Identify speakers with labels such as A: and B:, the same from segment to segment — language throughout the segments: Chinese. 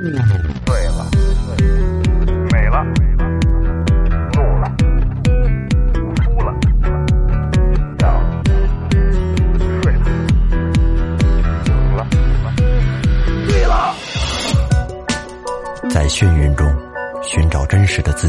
A: 醉了，美了，怒了，哭了，笑了，睡了，醒了，醉了。
B: 在眩晕中寻找真实的自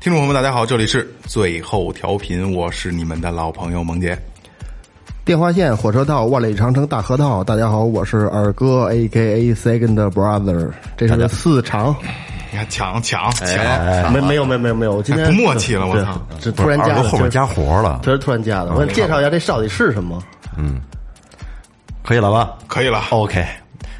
C: 听众朋友们，大家好，这里是最后调频，我是你们的老朋友萌杰。
D: 电话线、火车道、万里长城、大河道。大家好，我是二哥，A K A Second Brother，这是四长。
C: 你看，抢抢抢！
D: 哎，没没有没有没有没有，我今天
C: 不默契了我
D: 对
C: 操
D: 这突然加
B: 耳
D: 的，
B: 朵后面加活了
D: 这是突然加的。我给你介绍一下这到底是什么？
B: 可以了吧
C: 可以了，
B: ？OK，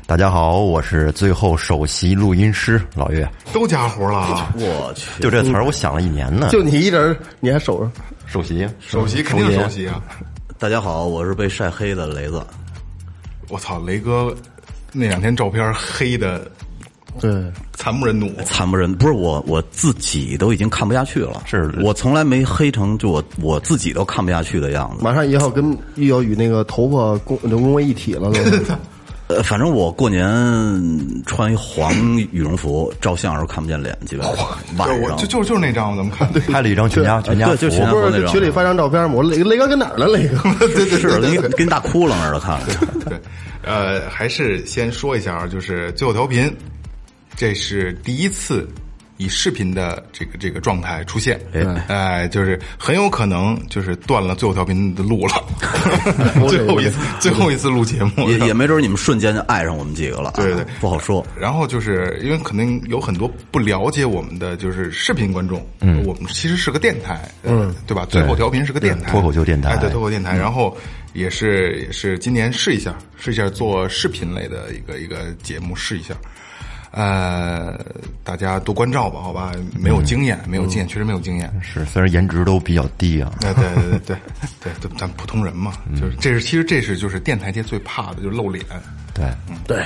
B: 大家好，我是最后首席录音师老岳。
C: 都加活了啊！
D: 我去，
B: 就这词儿，我想了一年呢。
D: 就你一人，你还守着。
B: 首席，
C: 首席肯定首席啊！
E: 大家好，我是被晒黑的雷子。
C: 我操，雷哥那两天照片黑的
D: 对，
C: 惨不忍睹，
E: 惨不忍，不是我我自己都已经看不下去了。
B: 是
E: 我从来没黑成就我我自己都看不下去的样子。
D: 马上也要跟又要与那个头发共融为一体了都。
E: 呃，反正我过年穿一黄羽 绒服照相的时候看不见脸，基本上晚
C: 对，我
E: 上
C: 就就就是那张，我怎么看？对，
B: 嗯拍了一张全家全家
E: 对
B: 福
E: 就，全家
D: 不
E: 我那
D: 是
E: 种
D: 群里发张照片吗？我说雷雷哥跟哪儿了？雷哥，
E: 是跟跟大窟窿似的看着。
C: 对，呃，还是先说一下啊，就是最后调频，这是第一次以视频的这个这个状态出现，哎，就是很有可能就是断了最后调频的 路了， 最后一次最后一次录节目，
E: 也也没准你们瞬间就爱上我们几个了啊，
C: 对对
E: 不好说。
C: 然后就是因为可能有很多不了解我们的就是视频观众，嗯，我们其实是个电台，嗯，对吧？最后调频是个电
B: 嗯
C: 台，
B: 脱口秀电台嗯
C: 哎，对，脱口秀电台。然后也是也是今年试一下，试一下做视频类的一个一个节目，试一下。呃，大家多关照吧，好吧？没有经
B: 嗯
C: 验，没有经验，确实没有经验。哎
B: 是虽然颜值都比较低啊，
C: 对对对对对 对，咱普通人嘛，
B: 嗯
C: 就是这是其实这是就是电台界最怕的，就是露脸，
B: 对，
E: 嗯
D: 对，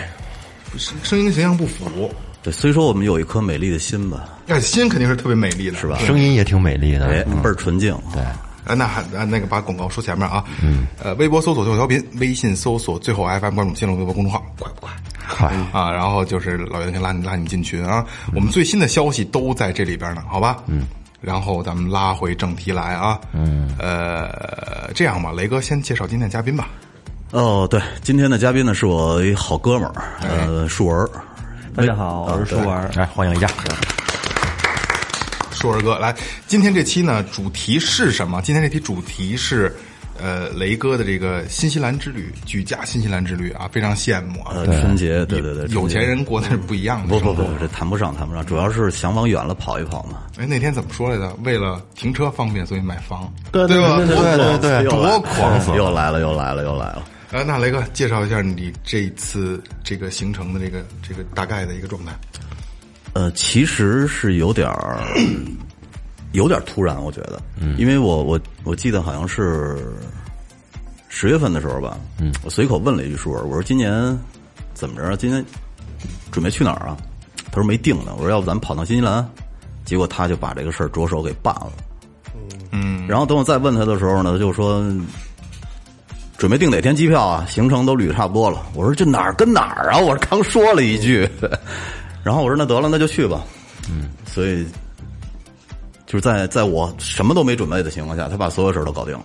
C: 声声音跟形象不符。
E: 对，虽说我们有一颗美丽的心吧，
C: 那心肯定是特别美丽的，是吧？
B: 声音也挺美丽的。
C: 嗯
E: 哎，倍儿纯净。对，
C: 啊，那还啊，那个把广告说前面啊，嗯，呃，微博搜索最后调频，微信搜索最后 FM，关注我们新浪微博公众号，快不快？
B: 嗨，
C: 啊，然后就是老袁先拉你拉你进群啊，我们最新的消息都在这里边呢，好吧？嗯，然后咱们拉回正题来啊，嗯，呃，这样吧，雷哥先介绍今天的嘉宾吧，
E: 哦，对，今天的嘉宾呢是我一好哥们儿，
C: 哎
E: 呃，树文儿。
F: 大家好，我是舒玩。
B: 嗯来欢迎一下，
C: 硕儿哥来，今天这期呢主题是什么？今天这期主题是。呃，雷哥的这个新西兰之旅，举家新西兰之旅啊，非常羡慕啊！
E: 呃，春节，对对对，
C: 有
E: 春节
C: 钱人过的是不一样的
E: 不
C: 生活，
E: 不不，这谈不上，谈不上，主要是想往远了跑一跑嘛。
C: 哎，那天怎么说来着？为了停车方便，所以买房，
D: 对
C: 对
D: 对
C: 吧？
D: 对
C: 多
D: 对
B: 对
C: 狂
B: 对
C: 多狂死！
E: 又来了，又来了，又来了。
C: 哎，那雷哥介绍一下你这次这个行程的这个这个大概的一个状态。
E: 呃，其实是有点儿，有点儿突然，我觉得，因为我我我记得好像是十月份的时候吧，嗯，我随口问了一句叔，我说今年怎么着啊？今年准备去哪儿啊？他说没定呢。我说要不咱们跑趟新西兰？结果他就把这个事儿着手给办了。嗯，然后等我再问他的时候呢，他就说准备订哪天机票啊？行程都捋差不多了。我说这哪儿跟哪儿啊？我刚说了一句，然后我说那得了，那就去吧。嗯，所以就是在在我什么都没准备的情况下，他把所有事儿都搞定了。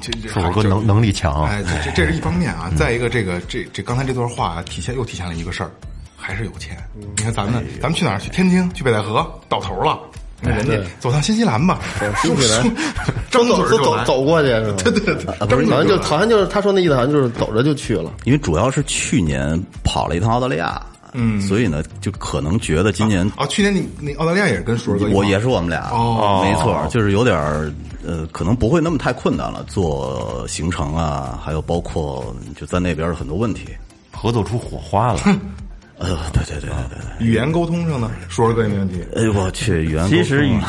C: 这这
B: 是我哥能能力强，
C: 哎，这这这是一方面啊。再一个，这个这这刚才这段话体现又体现了一个事儿，还是有钱。你看咱们咱们去哪儿？去天津，去北戴河，到头了。那人家走趟新西兰吧，
D: 新西兰，
C: 张嘴
D: 走
C: 就
D: 走
C: 来，
D: 走过去是吧？
C: 对对对，
D: 啊，不是，好像就好像就是他说那意思，好像就是走着就去了。
E: 因为主要是去年跑了一趟澳大利亚，嗯，所以呢，就可能觉得今年
C: 啊，去年你你澳大利亚也是跟叔儿哥一块儿，
E: 我也是我们俩，
C: 哦
E: 没错，就是有点儿呃，可能不会那么太困难了，做行程啊，还有包括就在那边的很多问题。
B: 合作出火花了。
E: 哎呦，对对对对对对，
C: 语言沟通上呢，说说对没问题。
E: 哎呦我去，语言
F: 其
E: 沟
F: 实
E: 通
F: 语
E: 啊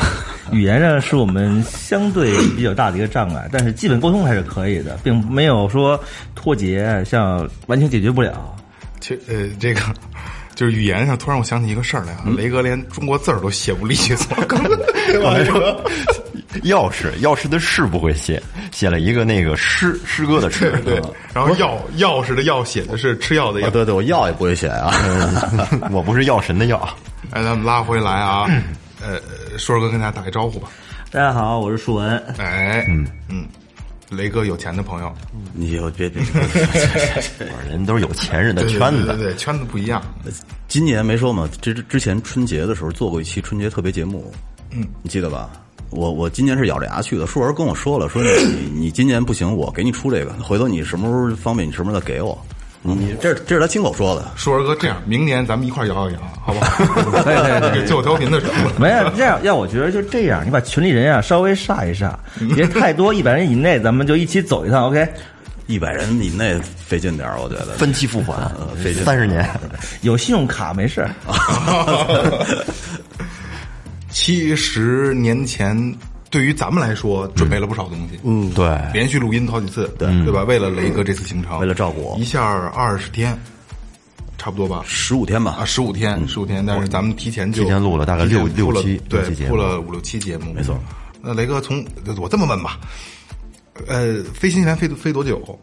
F: 语 言上是我们相对比较大的一个障碍，但是基本沟通还是可以的，并没有说脱节，像完全解决不了。
C: 其实呃，这个 就是语言上，突然我想起一个事儿来啊，雷哥连中国字儿都写不利索， 刚才刚才说
G: 钥匙，钥匙的匙不会写，写了一个那个诗诗歌的诗。
C: 对，然后钥钥匙的钥写的是吃药的药
E: 啊，。对对，我药也不会写啊。
G: 嗯，我不是药神的药。啊
C: 哎，咱们拉回来啊，呃，硕哥跟大家打个招呼吧。
F: 大家好，我是舒文，
C: 哎，嗯嗯，雷哥有钱的朋友，
E: 你以后别别，别别别别
G: 人都是有钱人的
C: 对对
G: 圈
C: 对
G: 子，
C: 对对圈子不一样。
E: 今年没说嘛，之之前春节的时候做过一期春节特别节目，嗯，你记得吧？我我今年是咬着牙去的，舒文跟我说了，说你 你今年不行，我给你出这个，回头你什么时候方便，你什么时候再给我。
C: 嗯
E: 你这是这是他亲口说的，
C: 硕哥，这样，明年咱们一块儿摇摇摇，好不好？
F: 可以可以可以
C: 给最后调频的时候，
F: 没有，这样要我觉得就这样，你把群里人啊稍微煞一煞， 别太多，一百人以内，咱们就一起走一趟，OK？
E: 一百人以内费劲点儿，我觉得。
C: 啊
G: 分期付款
E: 费劲
G: 三十年。
F: 有信用卡没事儿，
C: 七十年前，对于咱们来说，准备了不少东西。嗯，
G: 对，
C: 连续录音好几次，对对吧？为了雷哥这次行程，
E: 为了照顾我
C: 一下二十天，差不多吧？
E: 十五天吧
C: 啊，，十五天，十五天，但是咱们提前就
G: 提前录了大概
C: 提前
G: 六
C: 铺
G: 六
C: 了
G: 期
C: 对
G: 六期，节目
C: 录了五六期节目，没错。那雷哥从我这么问吧，呃，飞新西兰飞飞多久？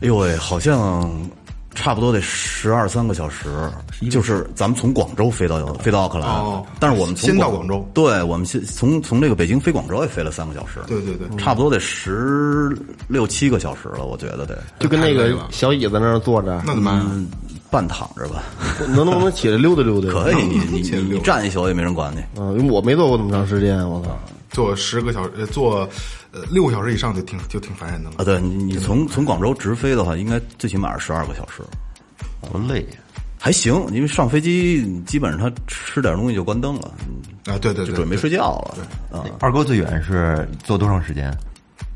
E: 哎呦喂，好像差不多得十二三个小时，就是咱们从广州飞到飞到奥克兰，
C: 哦
E: 但是我们从
C: 先到广州
E: 对，我们先从从这个北京飞广州也飞了三个小时，
C: 对对对
E: 差不多得十六七个小时了，我觉得得
D: 就跟那个小椅子那儿坐着，
C: 那怎么办？
E: 半躺着吧，
D: 能能不能起来溜达溜达？
E: 可以，你你
C: 前
E: 你
C: 六
E: 你站一宿也没人管你，
D: 啊，因为我没坐过那么长时间，我操！
C: 坐十个小时，呃坐呃六个小时以上就挺就挺烦人的了
E: 啊，。对你你从从广州直飞的话，应该最起码是十二个小时，
G: 多累。
E: 还行，因为上飞机基本上他吃点东西就关灯了，
C: 啊，对对
E: 就
C: 对，
E: 准备
C: 对
E: 睡觉了，啊。
G: 二哥最远是坐多长时间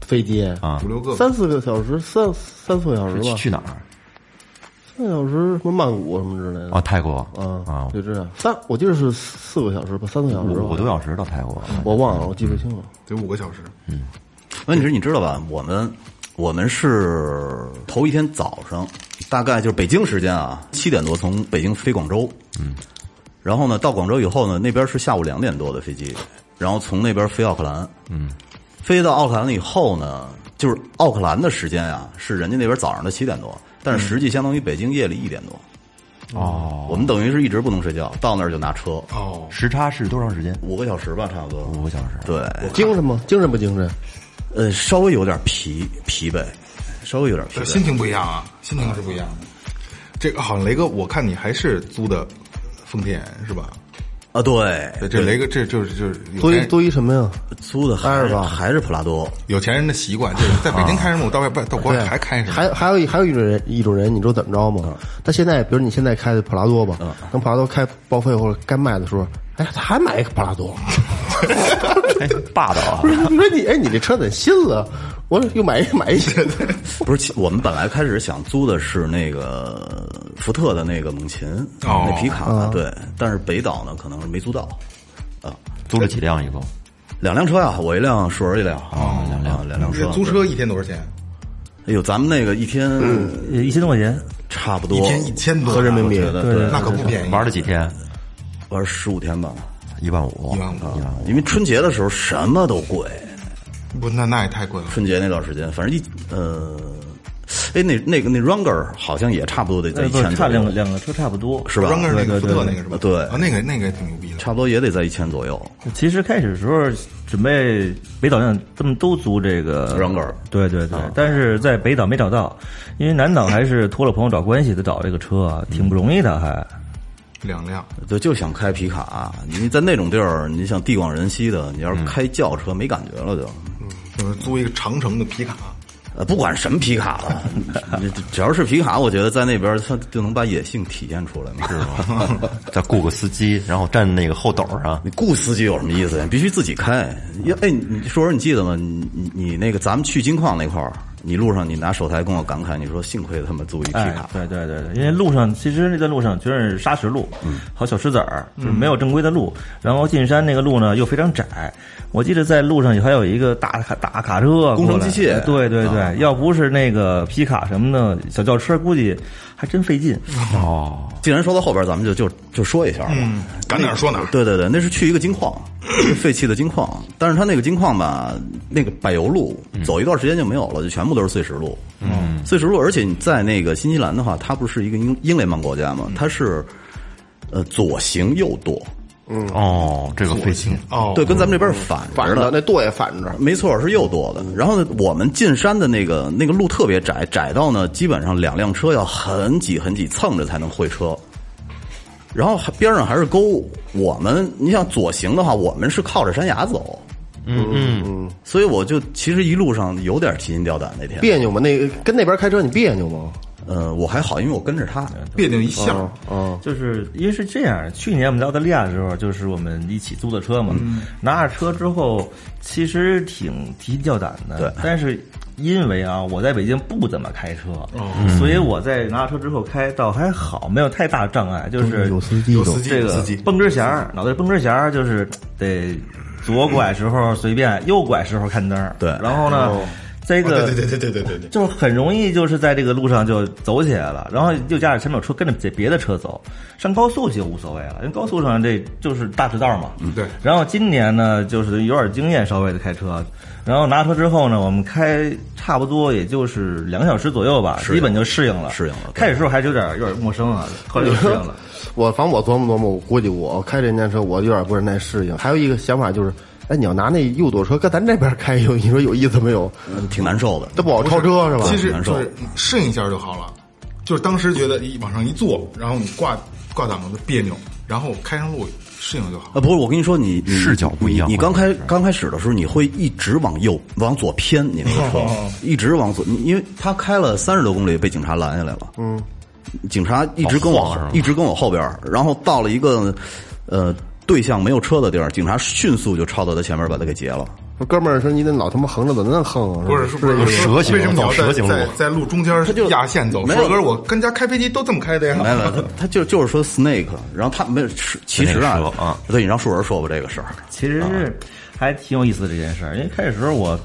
D: 飞机
G: 啊
C: 五？六个吧
D: 三四个小时，三三四个小时
G: 去
D: 吧，
G: 去哪儿？
D: 三个小时什么曼谷什么之类的
G: 啊，。泰国
D: 嗯
G: 啊，
D: 就这样，三我记得是四个小时吧，三个小时吧，嗯
G: 五五多小时到泰国。啊
D: 我忘了，我记不清了。
C: 得五个小时。
E: 问题是，你知道吧？我们我们是头一天早上，大概就是北京时间啊，七点多从北京飞广州，嗯，然后呢到广州以后呢，那边是下午两点多的飞机，然后从那边飞奥克兰，嗯，飞到奥克兰了以后呢，就是奥克兰的时间啊，是人家那边早上的七点多，但是实际相当于北京夜里一点多。
G: 哦，
E: 我们等于是一直不能睡觉，到那儿就拿车，
C: 哦，
G: 时差是多长时间？
E: 五个小时吧，差不多
G: 五个小时。
E: 对，
D: 精神吗？精神不精神？
E: 呃，稍微有点疲疲惫，稍微有点疲
C: 呃
E: 惫
C: 心。情不一样啊，心情是不一样的。这个好像雷哥，我看你还是租的丰田是吧？
E: 啊，对，
C: 对，这雷哥这就是就是有
D: 多
C: 钱
D: 一
C: 人
D: 多一什么呀？
E: 租的还
D: 当然
E: 是
D: 吧
E: 还是普拉多，
C: 有钱人的习惯，
E: 啊
C: 就是在北京开什么，我到外边到国
D: 对啊
C: 外，还开什么。
D: 还还有一还有一种人一种人，你知道怎么着吗？他现在比如你现在开的普拉多吧，等普拉多开报废或者该卖的时候，哎，他还买一个普拉多。
G: 哎，霸道 啊
D: 不！是，你说你哎，你这车怎么新了？我又买一买一个，
E: 不是其我们本来开始想租的是那个福特的那个猛禽，
C: 哦
E: 那皮卡，对，但是北岛呢可能是没租到，
G: 租了几辆一共？
E: 两辆车呀、我一辆，硕儿一辆，啊，两辆两辆
C: 你
E: 车，
C: 租车一天多少钱？
E: 哎呦，咱们那个一天
F: 一千多块钱，
E: 差不多
C: 一天一千多，
D: 合人民币
E: 我觉得对
C: 那可不便宜。
G: 玩了几天？
E: 玩十五天吧，
G: 一万五，啊
C: 一万五
G: 一万五。
E: 因为春节的时候什么都贵，
C: 不，那那也太贵了。
E: 春节那段时间，反正一呃，哎，那那个那 Ranger 好像也差不多得在
F: 呃
E: 一
F: 不是
E: 千
F: 差
E: 左
F: 两个
E: 右，
F: 两个车差不多，
E: 是吧？
C: 刚开始那个福特那个是吧？
E: 对
C: 啊，那个那个也挺牛逼的。
E: 差不多也得在一千左右，
F: 其实开始的时候准备北岛上他们都租这个
E: Wrangler
F: 对对
E: 啊
F: 对，但是在北岛没找到，因为南岛还是托了朋友找关系的找这个车啊，挺不容易
E: 嗯
F: 的还。
C: 两辆，
E: 对，就想开皮卡。啊你在那种地儿，你想地广人稀的，你要是开轿车没感觉了就，
C: 就是租一个长城的皮卡，
E: 呃，不管什么皮卡了，你只只要是皮卡，我觉得在那边它就能把野性体现出来嘛，是吧？
G: 再雇个司机，然后站那个后斗啊上
E: 你，雇司机有什么意思呀？你必须自己开。要哎，你说说你记得吗？你你你那个咱们去金矿那块儿，你路上你拿手台跟我感慨，你说幸亏他们租一皮
F: 哎
E: 卡，，
F: 对对对对，因为路上其实那段路上全是砂石路
E: 嗯
F: 和小石子儿，就是没有正规的路。然后进山那个路呢又非常窄，我记得在路上还有一个大卡大卡车过来，
E: 工程机械啊
F: 哎对对对，要不是那个皮卡什么的小轿车，估计还真费劲。
E: 既然说到后边，咱们就就就说一下吧。
C: 赶哪儿说哪儿
E: 对对对，那是去一个金矿，是废弃的金矿。但是它那个金矿吧，那个柏油路
C: 嗯
E: 走一段时间就没有了，就全部都是碎石路。嗯，碎石路，而且你在那个新西兰的话，它不是一个英英联邦国家嘛，它是呃左行右舵，嗯
G: 哦，这个费劲。
C: 哦，
E: 对，跟咱们这边是反
D: 反
E: 着
D: 着
E: 的。
D: 那舵也反着，
E: 没错，是右舵的。然后呢，我们进山的那个那个路特别窄，窄到呢，基本上两辆车要很挤很挤蹭着才能会车。然后还边上还是沟，我们你想左行的话，我们是靠着山崖走，嗯嗯，所以我就其实一路上有点提心吊胆那天。
D: 别扭吗？那个跟那边开车你别扭吗？
E: 呃，我还好，因为我跟着他，
C: 别扭一下，
D: 哦
F: 就是因为是这样，去年我们在澳大利亚的时候，就是我们一起租的车嘛，
D: 嗯
F: 拿着车之后，其实挺提心吊胆的。
E: 对
F: 但是因为啊，我在北京不怎么开车，
D: 哦
F: 所以我在拿着车之后开倒还好，没有太大障碍，就是
D: 有司机
C: 有司机，
F: 这
C: 有司
F: 个
C: 机，
F: 蹦根弦儿，脑袋蹦根弦儿，就是得左拐时候随便，右拐时候看灯儿。
E: 对
F: 然后呢，这
C: 对
F: 个
C: 哦对对对对对对对，
F: 就是很容易就是在这个路上就走起来了，然后又加上前面有车跟着别别的车走，上高速就无所谓了，因为高速上这就是大直道嘛。
C: 嗯对
F: 然后今年呢，就是有点经验，稍微的开车，然后拿车之后呢，我们开差不多也就是两小时左右吧，基本就适应了，
E: 适应了对
F: 开始时候还是有点有点陌生啊，后来就适应了。
D: 我反正我琢磨琢磨，我估计我开这辆车我有点不是太适应。还有一个想法就是，哎，你要拿那右舵车跟咱这边开，有你说有意思没有？
E: 嗯挺难受的。
D: 这不好超车是吧？
C: 其实
E: 难受
C: 就是适应一下就好了。就是当时觉得一往上一坐，然后你挂挂档子别扭，然后开上路适应就好。
E: 啊，不是，我跟你说，你你
G: 视角不一样
E: 你你刚开刚开始的时候，你会一直往右往左偏，你那个车一直往左，你因为他开了三十多公里，被警察拦下来了。嗯，警察一直跟我
G: 晃是吗
E: 一直跟我后边儿，然后到了一个呃对向没有车的地儿，警察迅速就超到他前面，把他给截了。
D: 说哥们儿说你得老他妈横着，怎么那么横
E: 呃
D: 啊？
C: 不是，不是
G: 有蛇形
C: 为什么你要
G: 走蛇形
C: 在
G: 路
C: 在在路中间压线走？
E: 啊没
C: 说
E: 有
C: 哥，我跟家开飞机都这么开的
E: 没
G: 啊
C: 呀。
E: 有没有，他他就就是说 snake，然后他没有，是其实啊
G: snake 蛇啊，
E: 对，你让树人说吧这个事儿。
F: 其实
C: 啊
F: 是还挺有意思的这件事儿，因为开始时候我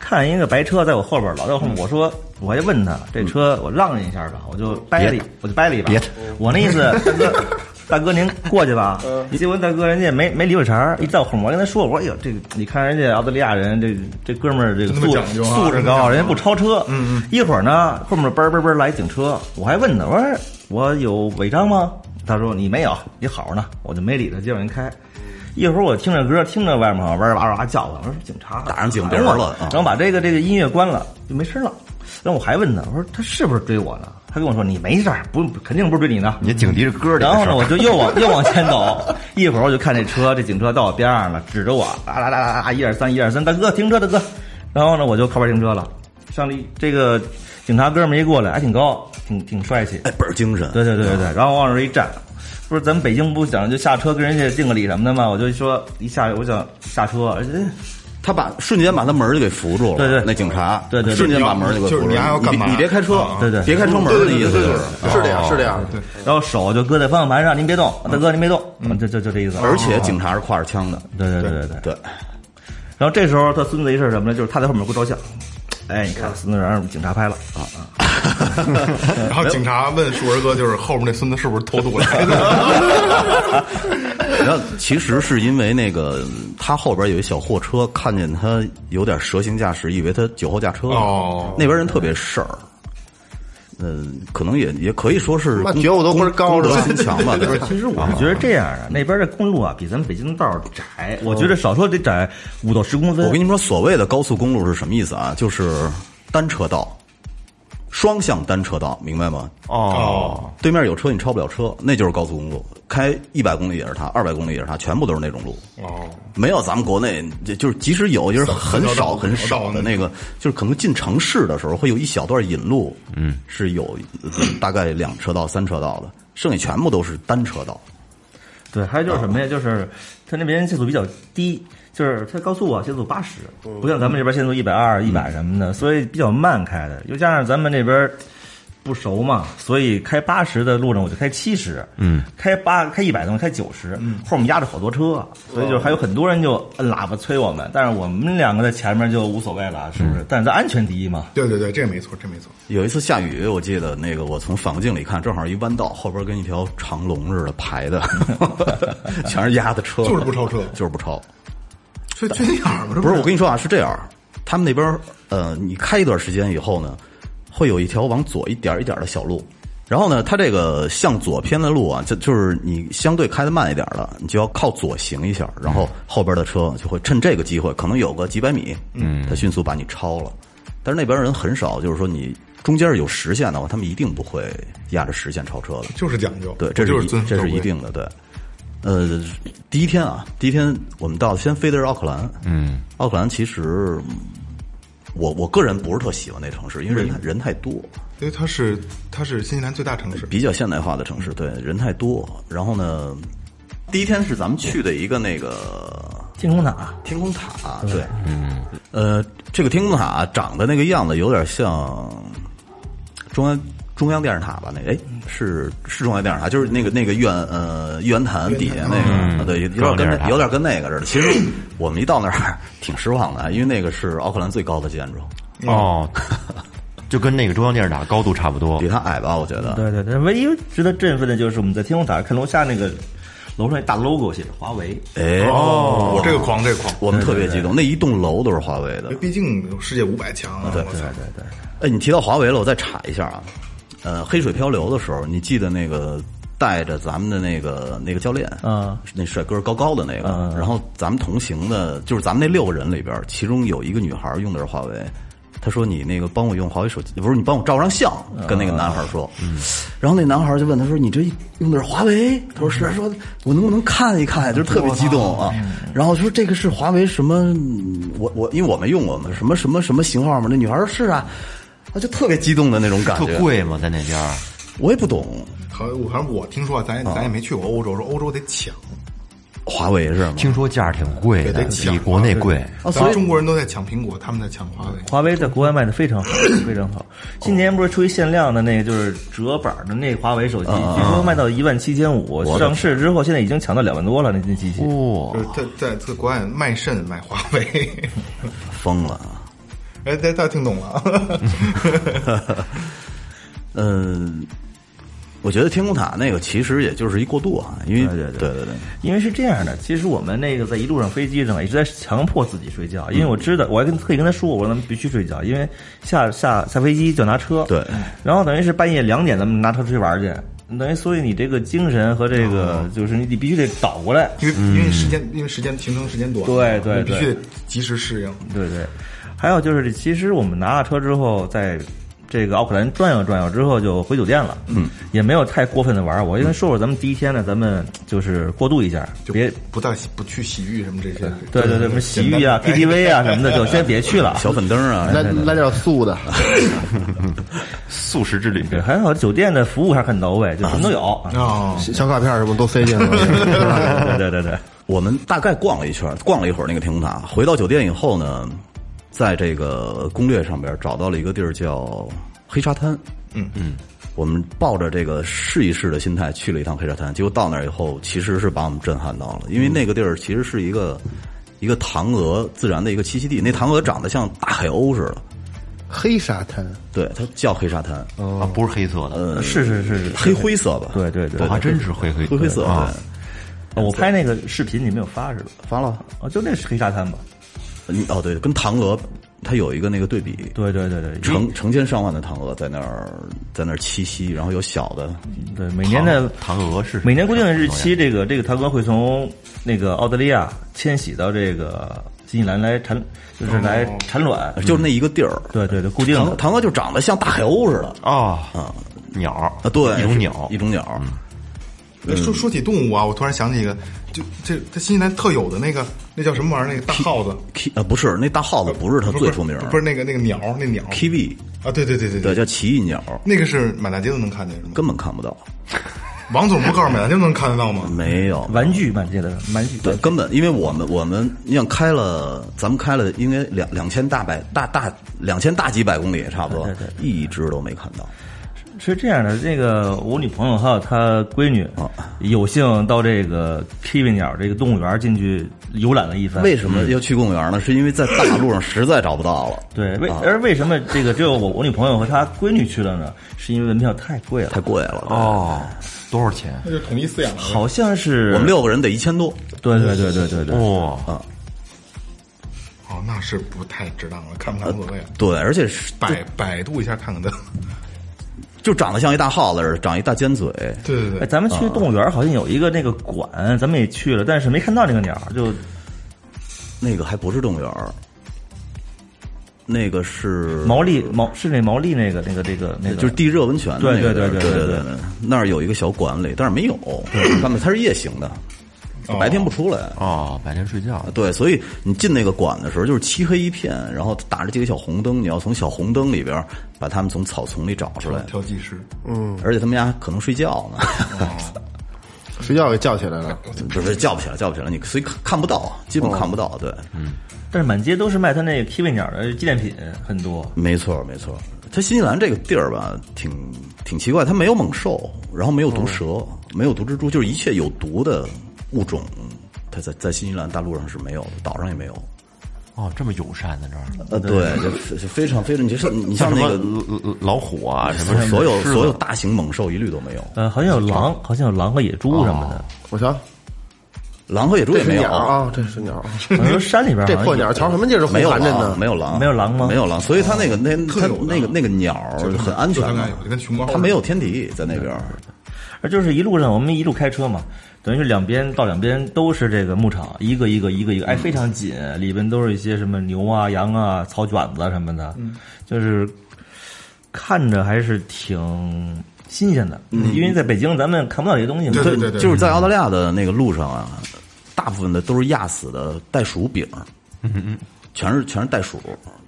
F: 看一个白车在我后边儿，老在我后面，我
C: 嗯
F: 说我还问他这车我让一下吧，我就掰了一，我就掰了一把
E: 别，
F: 我那意 思大哥。大哥，您过去吧。
C: 嗯
F: 结果大哥人家没没理我茬儿，一在我后面，我跟他说：“我说，哎呦，这个你看人家澳大利亚人，这这哥们儿这个
C: 那么
F: 素
C: 讲究啊
F: 素质
C: 那么讲
F: 高，
C: 究
F: 人家不超车。嗯嗯。一会儿呢，后面嘣嘣嘣来警车，我还问他，我说我有违章吗？他说你没有，你好着呢。我就没理他，接着人开。一会儿我听着歌，听着外面好像哇哇哇叫唤，我说警察
E: 打上警笛
F: 哎我
E: 了啊
F: 然后把这个这个音乐关了，就没声了。然后我还问他，我说他是不是追我呢？他跟我说你没事儿，不肯定不是追你的。
G: 你警笛是歌里的
F: 然后
G: 事
F: 呢，
G: 儿
F: 我就又往又往前走， 一会儿我就看这车，这警车到我边上了，指着我，啊啦啦啦啦，一二三，一二三，大哥停车，大哥。然后呢，我就靠边停车了。上了一这个警察哥们儿一过来，还哎挺高，挺挺帅气。
E: 哎，倍儿精神。
F: 对对对对对，然后往这儿一站，不是咱们北京不讲究下车跟人家敬个礼什么的吗？我就说一下我想下车，哎而且
E: 他把瞬间把他门儿就给扶住了，
F: 对对
E: 那警察，
F: 对对对
E: 瞬间把门儿就给扶住了。
C: 就是你还要干嘛
E: 你别你别开车
C: 啊，
F: 对对
E: 别开车门儿的意思就是，哦
D: 是这样，是这样。
C: 哦
F: 然后手就搁在方向盘上，您别动，大哥您别动，啊就就就这意思。
E: 嗯而且警察是挎着枪的，
F: 对对对对对。
E: 对，
F: 然后这时候他孙子一事什么呢？就是他在后面给我照相，哎，你看孙子让警察拍了啊啊。
C: 然后警察问树儿哥，就是后面那孙子是不是偷渡 来的？
E: 然后其实是因为那个他后边有一小货车，看见他有点蛇形驾驶，以为他酒后驾车。
C: 哦
E: 那边人特别事儿。嗯，可能也也可以说是
D: 那
E: 公
D: 觉悟都倍儿
E: 公
D: 高
E: 公德
D: 是吧
E: 心强吧，对吧？
F: 其实我是觉得这样的，那边的公路啊，比咱们北京的道儿窄，我觉得少说得窄五到十公分。
E: 哦我跟你说，所谓的高速公路是什么意思啊？就是单车道，双向单车道，明白吗？
C: 哦，
E: 对面有车，你超不了车，那就是高速公路。开一百公里也是它，二百公里也是它，全部都是那种路。
C: 哦，
E: 没有咱们国内，就就是即使有，就是很
C: 小
E: 少
C: 道
E: 很少的那个，就是可能进城市的时候会有一小段引路，嗯，是有呃大概两车道、三车道的，剩下全部都是单车道。
F: 对，还有就是什么呀？就是他那边限速比较低，就是他高速啊，限速八十，
E: 嗯
F: 不像咱们这边限速一百二、一百什么的，所以比较慢开的。又加上咱们这边不熟嘛，所以开八十的路上我就开七十，嗯，开八开一百的我开九十，
E: 嗯
F: 后面压着好多车，啊所
E: 哦
F: 以就还有很多人就摁喇叭催我们，但是我们两个在前面就无所谓了，是不
E: 嗯
F: 是？但是咱安全第一嘛，
C: 对对对，这没错，这没错。
E: 有一次下雨，我记得那个我从反光镜里看，正好一弯道，后边跟一条长龙似的排的， 全是压的车，
C: 就是不超车
E: 就是不超。
C: 缺缺心眼儿吗？这
E: 不是，我跟你说啊，是这样，他们那边呃，你开一段时间以后呢，会有一条往左一点一点的小路，然后呢，它这个向左偏的路啊，就就是你相对开的慢一点的，你就要靠左行一下，然后后边的车就会趁这个机会，可能有个几百米，嗯，它迅速把你超了。但是那边人很少，就是说你中间有实线的话，他们一定不会压着实线超车的。
C: 就是讲究，
E: 对，这
C: 就是是遵
E: 一
C: 守
E: 这是
C: 规
E: 一定的，对。呃，第一天啊，第一天我们到先飞的是奥克兰，嗯，奥克兰其实嗯我我个人不是特喜欢那城市，因为人太人太多，
C: 因为它是它是新西兰最大城市，
E: 比较现代化的城市，对，人太多。然后呢，第一天是咱们去的一个那个
F: 天空啊塔
E: 天空塔，对，嗯，呃，这个天空塔长得那个样子有点像中央中央电视塔吧？那个哎，是是中央电视塔，就是那个那个院呃玉渊潭底下那个，啊对，有点
G: 嗯
E: 跟
G: 中央电视
E: 那
G: 塔
E: 有点跟那个似的。其实我们一到那儿 挺失望的，因为那个是奥克兰最高的建筑，
G: 哦， 就跟那个中央电视塔高度差不多
E: 比。它矮吧？我觉得。
F: 对对对，唯一值得振奋的就是我们在天空塔看楼下那个楼上一大 logo 写着华为，
E: 哎，
C: 哦，这个狂，这个狂，
E: 我们特别激动，那一栋楼都是华为的
C: 因为。毕竟世界五百强啊，
E: 对
C: 我操，
E: 哎，你提到华为了，我再插一下啊。呃，黑水漂流的时候，你记得那个带着咱们的那个那个教练，
F: 嗯，
E: 那帅哥高高的那个，
G: 嗯
E: 然后咱们同行的，就是咱们那六个人里边，其中有一个女孩用的是华为。她说：“你那个帮我用华为手机，不是你帮我照张相。”
G: 嗯
E: 跟那个男孩说，然后那男孩就问他说：“你这用的是华为？”他说：“是。”啊说：“我能不能看一看
G: 嗯
E: 呀？”就是特别激动啊。然后说：“这个是华为什么？嗯我我因为我没用过嘛，什么什么什么型号嘛。”那女孩说：“是啊。”啊，就特别激动的那种感
G: 特
E: 觉。
G: 贵吗？在那边儿
E: 我也不懂
C: 好，我反正我听说啊，咱也咱也没去过欧洲，说欧洲得抢，
E: 华为是吗？
G: 听说价儿挺贵的，
C: 对得抢
G: 比国内贵。
E: 啊，
C: 咱
E: 所
C: 们
E: 以
C: 中国人都在抢苹果，他们在抢华为，
F: 华为在国外卖的非常好，非常好。今年不是出一限量的那个就是折板的那华为手机，据说卖到一万七千五，上市之后现在已经抢到两万多了那那机器。
E: 嗯
G: 哇，
C: 就是在在在国外卖肾卖华为，
E: 疯了啊。
C: 哎，大家听懂了，
E: 嗯，我觉得天空塔那个其实也就是一过渡啊，因为对对对
F: 因为是这样的，其实我们那个在一路上飞机上也是在强迫自己睡觉，因为我知道，我还跟特意跟他说，我说咱们必须睡觉，因为下下下飞机就拿车，
E: 对，
F: 然后等于是半夜两点咱们拿车出去玩去，等于所以你这个精神和这个就是你你必须得倒过来，
C: 因为因为时间因为时间停程时间短，
F: 对对
C: 你必须
F: 对
C: 得及时适应。
F: 对对，还有就是，其实我们拿了车之后，在这个奥克兰转悠转悠之后就回酒店了，嗯，也没有太过分的玩儿。我先说说咱们第一天呢，咱们就是过渡一下，
C: 就
F: 别
C: 不大洗不去洗浴什么这些，
F: 对对对，什么洗浴啊、
C: 简单
F: KTV 啊什么的，就先别去了。
E: 小粉灯啊，
D: 来来点素的，
G: 素食之旅，
F: 对，还好酒店的服务还是很到位，就什么都有。
E: 啊
C: 哦，
D: 小卡片什么都塞进去 了。
F: 对 对对对，
E: 我们大概逛了一圈，逛了一会儿那个天空塔，回到酒店以后呢，在这个攻略上边找到了一个地儿叫黑沙滩。嗯嗯，我们抱着这个试一试的心态去了一趟黑沙滩，结果到那儿以后，其实是把我们震撼到了，因为那个地儿其实是一个一个塘鹅自然的一个栖息地，那塘鹅长得像大海鸥似的，
D: 黑沙滩，
E: 对，它叫黑沙滩，
G: 啊，不是黑色
E: 嗯
G: 的，
F: 是是是是。
E: 呃黑灰色吧？
F: 对对对
G: 我还真是灰黑
E: 灰灰色。
G: 啊，
E: 对
F: 我拍那个视频你没有发是吧？
E: 发了，
F: 哦，就那是黑沙滩吧？
E: 嗯哦对，跟嫦娥它有一个那个对比，
F: 对对对对，
E: 成成千上万的嫦娥在那儿在那儿栖息，然后有小的，
F: 对每年的
G: 唐娥哦是
F: 每年固定的日期，这个这个唐哥会从那个澳大利亚迁徙到这个新西兰来产，就是来产卵。
E: 哦就是那一个地儿。
G: 嗯
F: 对对对，固定
E: 嫦
F: 的。
E: 嫦娥就长得像大海鸥似的
G: 啊鸟啊
E: 嗯啊，对，
G: 一种鸟嗯
E: 是一，种鸟，
C: 那哎说说起动物啊，我突然想起一个，就这它新西兰特有的那个，那叫什么玩意儿？那个大耗子，
E: Ki- 呃不是那大耗子不是它最出名，
C: 不是那个那个鸟，那鸟
E: kiwi，
C: 啊，对对对对
E: 对，，叫奇异鸟，
C: 那个是满大街都能看见，是吗？
E: 根本看不到。
C: 王总不告诉每天都能看得到吗？
E: 没有，
F: 玩具满街的玩具，
E: 对，根本因为我们我们你想开了，咱们开了应该两两千大百大大两千大几百公里差不多，一只都没看到。
F: 是这样的，这个我女朋友还有她闺女，
E: 哦
F: 有幸到这个 kiwi 鸟这个动物园进去游览了一番。
E: 为什么要去公园呢？是因为在大路上实在找不到了。
F: 对，为而为什么这个只有我我女朋友和她闺女去了呢？是因为门票太贵了，
E: 太贵了。
G: 哦，多少钱？
C: 那就统一饲养了。
F: 好像是
E: 我们六个哦人得一千多，
F: 对对对对对对，
G: 哇、
C: 哦，那是不太值当了，看不看无所谓了。啊
E: 对，而且是
C: 百百度一下看看的。
E: 就长得像一大耗子似的，长一大尖嘴。
C: 对对
F: 哎，
C: 对，
F: 咱们
E: 啊
F: 去动物园好像有一个那个馆，咱们也去了，但是没看到那个鸟，就
E: 那个还不是动物园儿，那个是
F: 毛利毛是那毛利那个那个这个那个，
E: 就是地热温泉的
F: 对
E: 那个地儿对
F: 对对对对
E: 对
F: 对
E: 那儿有一个小馆里，但是没有，他们它是夜行的，白天不出来。
G: 哦，白天睡觉。
E: 对，所以你进那个馆的时候，就是漆黑一片，然后打着几个小红灯，你要从小红灯里边把他们从草丛里找出来，啊
C: 调技师，
E: 而且他们家可能睡觉呢，
D: 睡觉给叫起来了。
E: 不是叫不起来，叫不起来，你所以看看不到，啊基本看不到。对，
F: 但是满街都是卖它那个 kiwi 鸟的纪念品，很多。
E: 没错，没错。它新西兰这个地儿吧，挺挺奇怪，它没有猛兽，然后没有毒蛇，没有毒蜘蛛，就是一切有毒的物种，它在在新西兰大陆上是没有的，岛上也没有。
G: 哦，这么友善呢，这儿。
E: 呃，对，就就非常非常，你像你像
G: 什
E: 那
G: 么
E: 个
G: 老老老虎啊，什么
E: 所有
G: 狮子
E: 所有大型猛兽一律都没有，
F: 呃，好像有狼，好像有狼和野猪什
E: 哦
F: 么
D: 我瞧，
E: 狼和野猪
D: 这
E: 也
D: 是
E: 没有
D: 鸟，啊，这是鸟，
F: 的。好像说山里边好
D: 这
F: 像
D: 破
F: 有
D: 鸟，瞧什么劲儿是
E: 没有
D: 红盘着
E: 狼，
D: 呢？
E: 没有狼，
F: 没有狼吗
E: 没有狼，所以它那个那它那个那个鸟很安
C: 就
E: 全
C: 跟
E: 嘛
C: 那有，就跟熊猫似的
E: 它没有天敌在那边。
F: 而呃就是一路上我们一路开车嘛，等于是两边到两边都是这个牧场，一个一个一个一个，哎，非常紧，里边都是一些什么牛啊、羊啊、草卷子啊什么的，就是看着还是挺新鲜的。因为在北京咱们看不到这些东西嘛，
C: 对对对
E: 嗯就是在澳大利亚的那个路上啊，大部分的都是压死的袋鼠饼，全是全是袋鼠，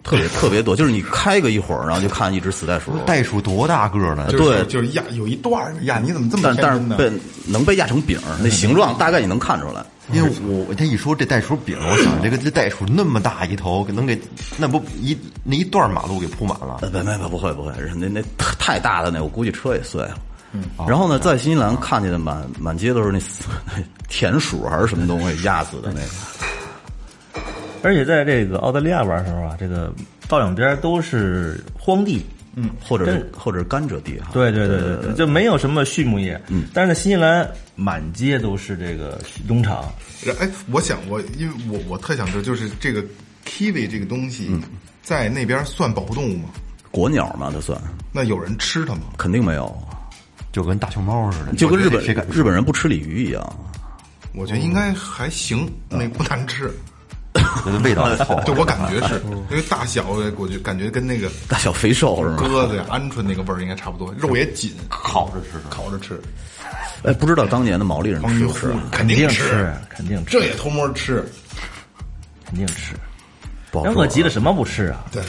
E: 特别特别多。就是你开个一会儿，然后就看一只死袋鼠，
G: 袋鼠多大个儿呢？
C: 就
G: 对
C: 是就是压有一段儿压，你怎么这么
E: 但
C: 天
E: 但
C: 真
E: 是
C: 呢？
E: 被能被压成饼，那形状大概你能看出来。
G: 因为我他一说这袋鼠饼，我想这个这袋鼠那么大一头，能给那不一那一段马路给铺满了
E: 呃，不，没不，不会，不会，那那太太大的那，我估计车也碎了。然后呢，在新西兰看见的满满街都是那死 那田鼠还是什么东西压死的那个，
F: 而且在这个澳大利亚玩的时候啊，这个到两边都是荒地，嗯，
E: 或者是或者是甘蔗地哈。
F: 对对对对对，就没有什么畜牧业，嗯，但是在新西兰满街都是这个农场，
C: 然哎，我想我因为我我特想知道，就是这个 kiwi 这个东西
E: 嗯
C: 在那边算保护动物吗？
E: 国鸟嘛，它算
C: 那有人吃它吗？
E: 肯定没有，
G: 就跟大熊猫似的，
E: 就跟日本
G: 谁敢
E: 日本人不吃鲤鱼一样。
C: 我觉得应该还行，
E: 哦
C: 那不难吃。
G: 觉得味道还
C: 对
G: 凑合？
C: 我感觉是，因为大小我就感觉跟那个
E: 大小肥瘦是吗？
C: 鸽子呀、鹌鹑那个味儿应该差不多，肉也紧，
G: 烤着吃，
C: 烤着吃，
E: 哎，不知道当年的毛利人
C: 黄
E: 吃
C: 鱼
E: 不吃
C: 糊
E: 啊？
C: 肯定
F: 吃，肯定吃
C: 这，也偷摸吃。
F: 肯定吃。
E: 不好
F: 人
E: 说
F: 饿
E: 啊
F: 极了什么不吃啊？
C: 对，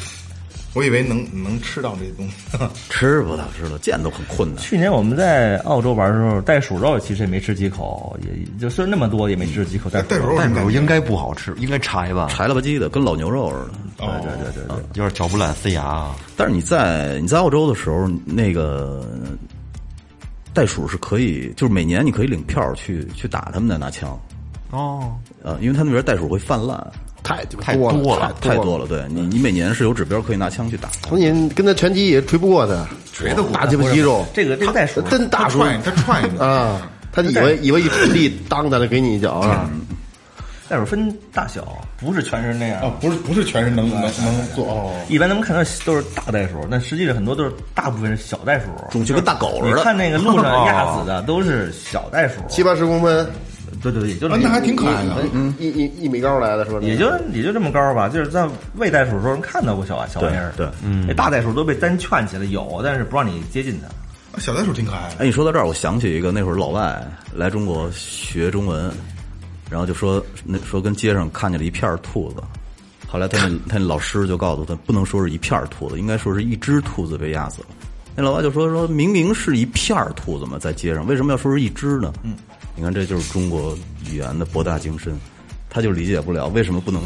C: 我以为能能吃到这东西，
E: 吃不到，吃不到，见都很困难。
F: 去年我们在澳洲玩的时候，袋鼠肉其实也没吃几口，也就虽然那么多也没吃几口袋鼠
C: 袋鼠
F: 肉。
C: 肉
G: 袋
C: 什
G: 鼠
C: 么
G: 应该不好吃，应该柴吧，
E: 柴了吧唧的，跟老牛肉似的。
C: 对对对对，
G: 有点嚼不烂，塞牙啊。
E: 但是你在你在澳洲的时候，那个袋鼠是可以，就是每年你可以领票去去打他们的拿枪，
G: 哦，
E: 呃，因为他那边袋鼠会泛滥，
D: 太鸡巴
G: 太
D: 多
G: 多
D: 了
G: 了，
E: 太多
D: 了。
E: 了。对你，你每年是有指标可以拿枪去打。
D: 我你跟他拳击也锤不过他，
C: 谁都不
D: 大鸡巴肌肉，
F: 这个这个袋鼠，
D: 真
C: 他
D: 大叔
C: 踹你，他踹你，
D: 啊！他以为以为一出力，当在那给你一脚啊！
F: 袋鼠分大小，不是全是那样。
C: 啊，不是不是全是能能能做哦，
F: 一般咱们看到都是大袋鼠，但实际上很多都是大部分是小袋鼠。
E: 种就跟大狗
F: 你
E: 似
F: 看
E: 的，
F: 那个路 上压死的都是小袋鼠，
D: 七八十公分，
F: 对对对，也就
C: 啊那还挺可爱的。
D: 嗯，一一一米高来的是吧？
F: 也就也就这么高吧，就是在喂袋鼠的时候能看到过小啊小玩意儿，
E: 对对
F: 嗯，那大袋鼠都被单圈起来有，但是不让你接近它。
C: 小袋鼠挺可爱的，
E: 哎，你说到这儿，我想起一个，那会儿老外来中国学中文，然后就说那说跟街上看见了一片儿兔子， 后来他那他那老师就告诉他，不能说是一片儿兔子，应该说是一只兔子被压死了。那老外就说说明明是一片儿兔子嘛，在街上为什么要说是一只呢？嗯，你看这就是中国语言的博大精深，他就理解不了为什么不能，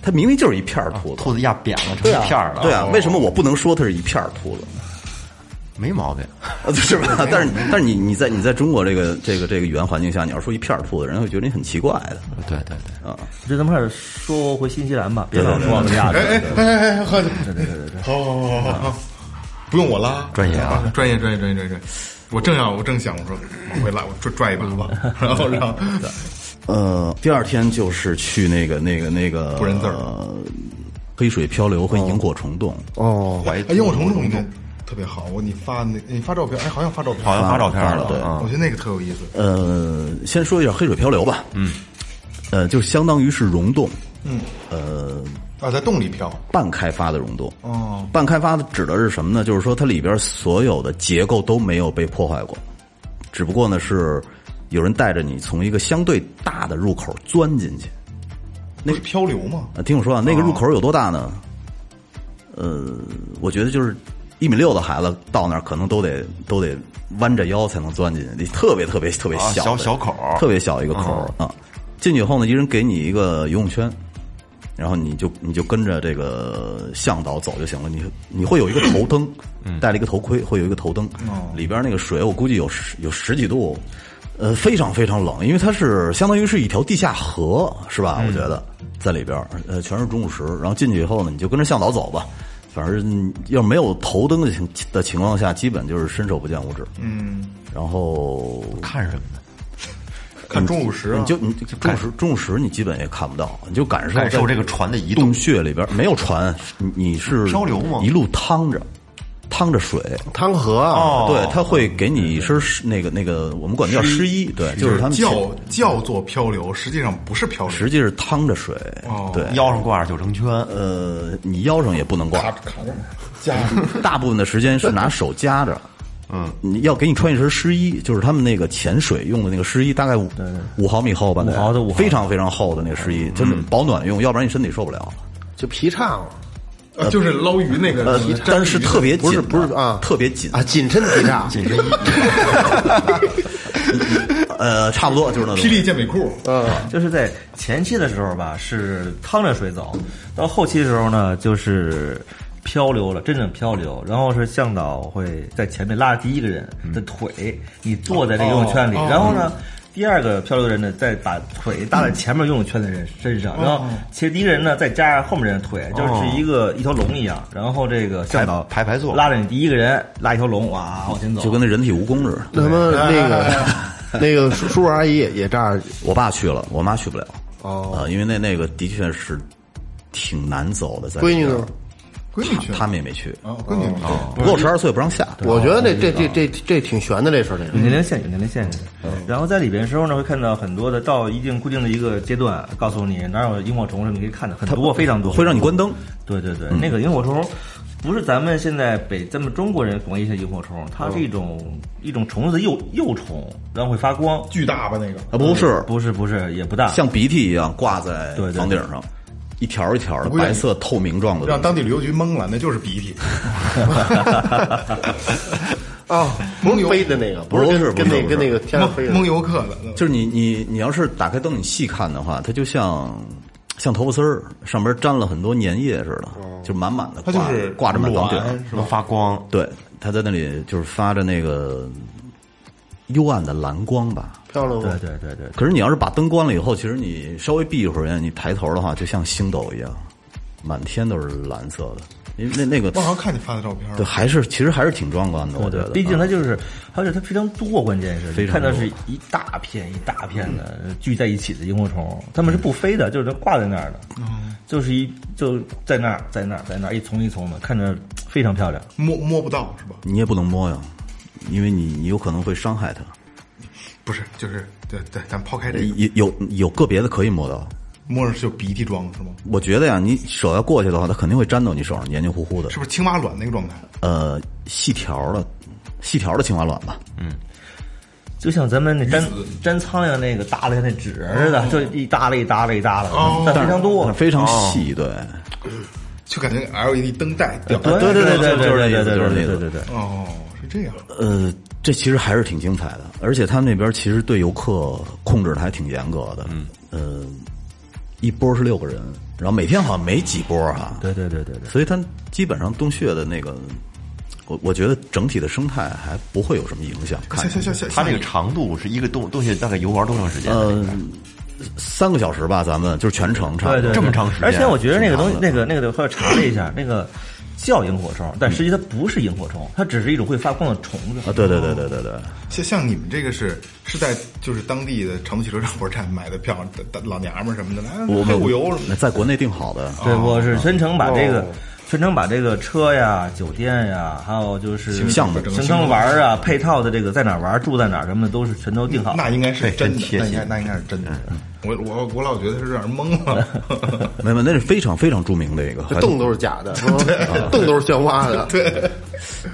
E: 他明明就是一片儿嗯兔子，
G: 兔子压扁了成
E: 对
G: 一
E: 啊
G: 片儿了，哦
E: 对啊，为什么我不能说它是一片儿兔子？
G: 没毛病。
E: 啊，是吧？但是你但是你你在你在中国这个这个这个语言环境下，你要说一片儿兔子，人家会觉得你很奇怪的
G: 对对对，
E: 啊。
F: 这咱们还是说回新西兰吧，别老说澳大利亚
C: 哎
F: 了。
C: 哎哎哎，好，对对对对，好好好好好，不用我拉，
G: 专业啊，
C: 专业专业专业专业专业。我正要，我正想，我说往回拉，我拽拽一把吧，然后然后，
E: 呃，第二天就是去那个那个那个
C: 不认字儿
E: 呃黑水漂流和萤火虫洞。
D: 哦，
G: 怀
C: 哎，萤火虫那种应该特别好，我你发那你发照片，哎，好像发照片，
G: 好像发照片
E: 发了
G: 了，
E: 对
G: 嗯
C: 我觉得那个特有意思，
E: 呃，先说一下黑水漂流吧。嗯，呃，就是相当于是溶洞，
C: 嗯，
E: 呃，
C: 啊，在洞里飘，
E: 半开发的溶洞。
C: 哦，
E: 半开发的指的是什么呢？就是说它里边所有的结构都没有被破坏过，只不过呢是有人带着你从一个相对大的入口钻进去。
C: 那是漂流吗？
E: 啊，听我说啊，那个入口有多大呢？呃，我觉得就是一米六的孩子到那儿，可能都得都得弯着腰才能钻进去，特别特别特别
G: 啊
E: 小的、
G: 小小口儿
E: 特别小一个口儿
G: 嗯
E: 啊、进去以后呢，一人给你一个游泳圈，然后你就你就跟着这个向导走就行了。你你会有一个头灯，
G: 嗯
E: 戴了一个头盔，会有一个头灯，
G: 哦
E: 里边那个水我估计有十有十几度。呃，非常非常冷，因为它是相当于是一条地下河，是吧？
G: 嗯
E: 我觉得在里边儿，呃，全是钟乳石。然后进去以后呢，你就跟着向导走吧。反正要没有头灯的情的情况下，基本就是伸手不见五指。
C: 嗯，
E: 然后
G: 看什么呢？
C: 看钟乳石啊
E: 你就你就中午时中午时你基本也看不到，你就感受
G: 感受
E: 在
G: 这个船的移动
E: 洞穴里边没有船，你你是
G: 漂流吗
E: 一路趟着，趟着水。
D: 汤河啊，
G: 哦
E: 对，他会给你一身湿那个那个，我们管它叫湿衣，对，就是他们
C: 叫叫做漂流，实际上不是漂流，
E: 实际是趟着水
C: 哦，
E: 对，
G: 腰上挂着九成圈，
E: 呃，你腰上也不能挂，
C: 卡着夹着。
E: 大部分的时间是拿手夹着。
G: 嗯，
E: 你要给你穿一身湿衣，就是他们那个潜水用的那个湿衣，大概五五毫米厚吧，
F: 五毫的五毫
E: 非常非常厚的那个湿衣，真的保暖用，要不然你身体受不了。
D: 就皮叉嘛
C: 呃，就是捞鱼那个，
E: 呃，但是特别紧，
D: 不是不是啊
E: 特别紧
D: 啊，紧身皮叉，紧身
E: 呃，差不多就是那种
C: 霹雳健美裤，
F: 就是在前期的时候吧，是趟着水走；到后期的时候呢，就是漂流了，真正漂流。然后是向导会在前面拉着第一个人的
G: 嗯
F: 腿，你坐在这个游泳圈
G: 哦
F: 里，然后呢。第二个漂流人呢，再把腿搭在前面游泳圈的人身上，
G: 嗯
F: 然后其实第一个人呢，再加上后面人的腿，就是一个一条龙一样。然后这个向导
G: 哦排排排坐
F: 拉着你第一个人，拉一条龙，哇，往前走，
E: 就跟那人体蜈蚣似的。
D: 那什么那个 那个叔叔阿姨也也这样，
E: 我爸去了，我妈去不了。哦、因为那那个的确是挺难走的，在
D: 闺女呢？
C: 闺女去了
E: 他们也没去，
C: 啊，闺女去了
E: 不过十二岁不让下。
D: 我觉得这这这这这挺悬的这事儿，这
F: 有
E: 嗯
D: 个
F: 年龄限制，有年龄限制。然后在里边的时候呢，会看到很多的，到一定固定的一个阶段，告诉你哪有萤火虫什么，你可以看的很多，非常多，
E: 会让你关嗯灯。
F: 对对对，那个萤火虫不是咱们现在北咱们中国人广义的萤火虫，
E: 哦
F: 它是一种一种虫子的幼幼虫，然后会发光。
C: 巨大吧那个，
E: 啊，不是，
F: 不是不是，也不大，
E: 像鼻涕一样挂在
F: 对对
E: 房顶上，一条一条的
C: 不愿意
E: 白色透明状的东
C: 让
E: 西。
C: 当地旅游局懵了，那就是鼻涕，
D: 啊，不是飞的那个，不是
E: 不
D: 跟
E: 是
D: 跟
E: 不是
D: 那
E: 不是
D: 跟那个天上飞
C: 蒙
D: 的
C: 蒙游客的，嗯
E: 就是你你你要是打开灯你细看的话，它就像像头发丝儿上边沾了很多粘液似的，就满满的
C: 哦它
E: 挂
C: 就是
E: 挂着满房顶。
C: 卵
G: 什么发光，
E: 对，他在那里就是发着那个幽暗的蓝光吧。
D: 漂亮
F: 对
D: 吗？
F: 对对对，
E: 可是你要是把灯关了以后，其实你稍微闭一会儿眼，你抬头的话，就像星斗一样，满天都是蓝色的。因为那那个
C: 我好像看你发的照片了
E: 对，还是其实还是挺壮观的，我觉得。
F: 毕竟
E: 啊
F: 它就是，而且它非常多，关键是
E: 非
F: 你
E: 常
F: 看
E: 多
F: 到是一大片一大片的聚在一起的萤火虫，它们是不飞的，就是挂在那儿的，就是一就在那儿在那儿在那儿一丛一丛的，看着非常漂亮。
C: 摸摸不到是吧？
E: 你也不能摸呀，因为你你有可能会伤害它。
C: 不是，就是对对，咱抛开这个，
E: 有有有个别的可以摸到，
C: 摸上是有鼻涕妆是吗？
E: 我觉得呀，你手要过去的话，它肯定会粘到你手上，黏黏糊糊的
C: 是。不是青蛙卵那个状态？
E: 呃，细条的，细条的青蛙卵吧。
F: 就像咱们那粘粘苍蝇那个耷拉下那纸似的，就一耷拉一耷拉一耷拉的，但非常多。
E: 非常细，对。
C: 就感觉 LED 灯带掉了。
F: 对对对对对
E: 就是这意思
F: 对
E: 就是这
F: 对
E: 意思
F: 对对对，
C: 哦，是这样。
E: 呃，这其实还是挺精彩的，而且他们那边其实对游客控制的还挺严格的。嗯，呃，一波是六个人，然后每天好像没几波哈、
F: 对对对对对，
E: 所以它基本上洞穴的那个，我我觉得整体的生态还不会有什么影响。看
C: 下
E: 起
C: 下
E: 来
C: 下下，
G: 它这个长度是一个洞洞穴大概游玩多长时间？
E: 呃，三个小时吧，咱们就是全程差不多。
F: 对对
G: 这么长时间
F: 而且我觉得那个东西，
E: 挺长的
F: 那个那个，我后来查了一下，那个叫萤火虫，但实际它不是萤火虫，它只是一种会发光的虫子。
E: 嗯啊，对对对对对对，
C: 像像你们这个是是在就是当地的长途汽车上火车站买的票，大大老娘们儿什么的，来
E: 我
C: 嗯黑
E: 们
C: 五油什么
E: 那在国内订好的，
F: 对，我
E: 啊
F: 是全程把这
E: 哦
F: 个，全程把这个车呀、酒店呀，还有就是
E: 项目
F: 行程玩儿啊、配套的这个在哪儿玩儿、住在哪儿什么的，都是全都定好
C: 的，。那应该是真的，
G: 对
C: 那应该那应该是真的。我我我老觉得是让人懵了。
E: 没有，没有那是非常非常著名的一个
D: 这洞都是假的，嗯洞都是炫挖的。对，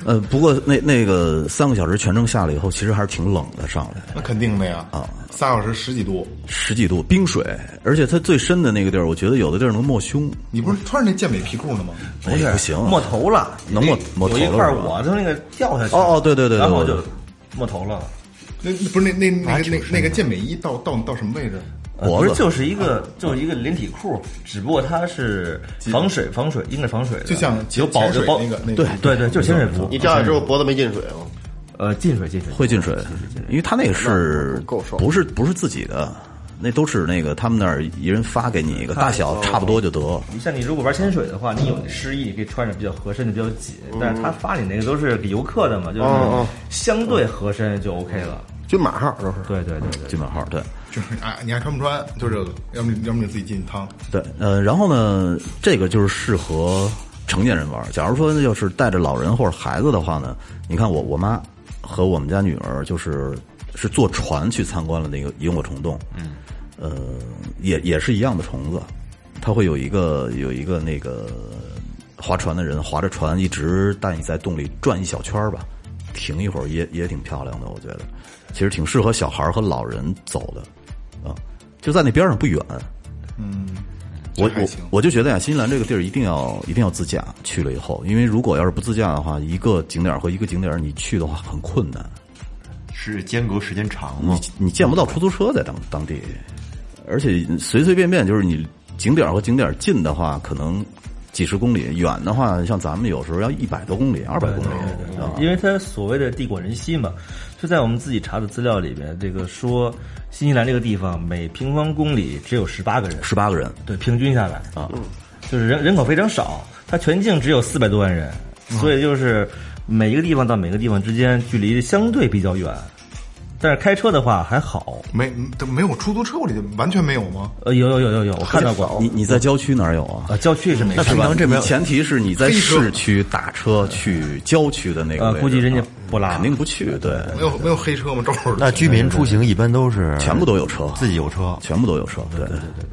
E: 呃，不过那那个三个小时全程下来以后，其实还是挺冷的，上来
C: 那肯定的呀，仨小时十几度，
E: 十几度冰水，而且它最深的那个地儿，我觉得有的地儿能没胸，
C: 你不是穿着那健美皮裤呢吗？
E: 不是、不行，啊
F: 没头了，
E: 能没没头
F: 有一
E: 了
F: 块儿
E: 是吧
F: 我就那个掉下去。
E: 哦哦对对对对
F: 然后我
E: 对
F: 就没头了。
C: 那不是那那那个那那个健美衣到到到什么位置？
F: 呃
E: 脖
F: 不
E: 子
F: 是，就是一个就是一个连体裤，只不过它是防水防水，应该防水的，
C: 就像
F: 有保
C: 潜水
F: 有保
C: 那个那个
F: 对对对，就是潜水服。
D: 你掉下来之后脖子没进水哦吗？
F: 呃进水进水
E: 会进水，
D: 嗯
E: 因为他那个是
D: 够瘦
E: 不是不是自己的，那都是那个他们那儿一人发给你一个，大小差不多就得。
F: 你像你如果玩潜水的话，你有湿衣，你可以穿着比较合身的比较紧，
C: 嗯
F: 但是他发你那个都是给游客的嘛，就是
D: 哦哦
F: 相对合身就 OK 了。
D: 军马号都是。
F: 对对对对，
E: 金本号对
C: 就是啊，你还穿不穿？就这个，要么你要么你自己进汤。
E: 对，呃，然后呢，这个就是适合成年人玩儿。假如说要是带着老人或者孩子的话呢，你看我我妈和我们家女儿就是是坐船去参观了那个萤火虫洞，嗯，呃，也也是一样的虫子，它会有一个有一个那个划船的人划着船一直带你在洞里转一小圈儿吧，停一会儿也也挺漂亮的，我觉得其实挺适合小孩儿和老人走的啊，就在那边上不远。我
C: 嗯这还
E: 我
C: 行
E: 我就觉得呀、新西兰这个地儿一定要一定要自驾去了以后，因为如果要是不自驾的话，一个景点儿和一个景点儿你去的话很困难，
G: 是间隔时间长
E: 你
F: 哦
G: 吗？
E: 你见不到出租车在当当地，而且随随便便就是你景点儿和景点儿近的话，可能几十公里；远的话，像咱们有时候要一百多公里、二百公里，
C: 哦
E: 啊
F: 因为它所谓的地广人稀嘛，就在我们自己查的资料里边，这个说新西兰这个地方每平方公里只有十八个人，
E: 十八个人
F: 对，平均下来嗯
E: 啊，
F: 就是人人口非常少，它全境只有四百多万人，所以就是每一个地方到每个地方之间距离相对比较远，但是开车的话还好。
C: 没都没有出租车，我里完全没有吗？
F: 呃，有有有有有，我看到过。
E: 你你在郊区哪儿有啊？
F: 啊，郊区是没事
E: 是吧
F: 吧？？
E: 这前提是你在
C: 飞车
E: 市区打车去郊区的那个
F: 呃
E: 位置，
F: 估计人家
E: 啊
F: 不拉
E: 肯定不去，对，
C: 没有没有黑车吗？ 周老师
G: 那居民出行一般都是
E: 全部都有车，
G: 自己有车，
E: 全部都有车。对对对对对。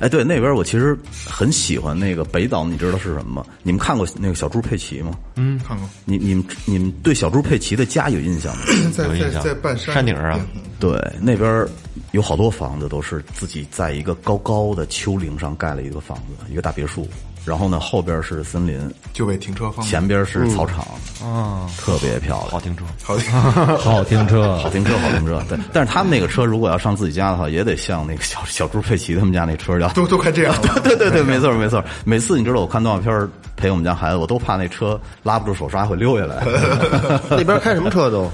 E: 哎，对，那边我其实很喜欢那个北岛，你知道是什么吗？你们看过那个小猪佩奇吗？
C: 嗯，看过，
E: 你你们你们对小猪佩奇的家有印象吗？
C: 在
G: 有印
C: 在
G: 象
C: 在半山
G: 山顶啊
C: 嗯
E: 对，那边有好多房子都是自己在一个高高的丘陵上盖了一个房子，一个大别墅。然后呢，后边是森林，
C: 就为停车方便。
E: 前边是草场，啊，特别漂
G: 好
E: 亮，
G: 停车。
C: 好的，
F: 好停车
E: 好停车，好停车。对， 但是他们那个车如果要上自己家的话，也得像那个小小猪佩奇他们家那车要
C: 都都快这样 了。
E: 对对对，没错没错。每次你知道我看动画片儿陪我们家孩子，我都怕那车拉不住手刹会溜下来。
D: 那边开什么车都？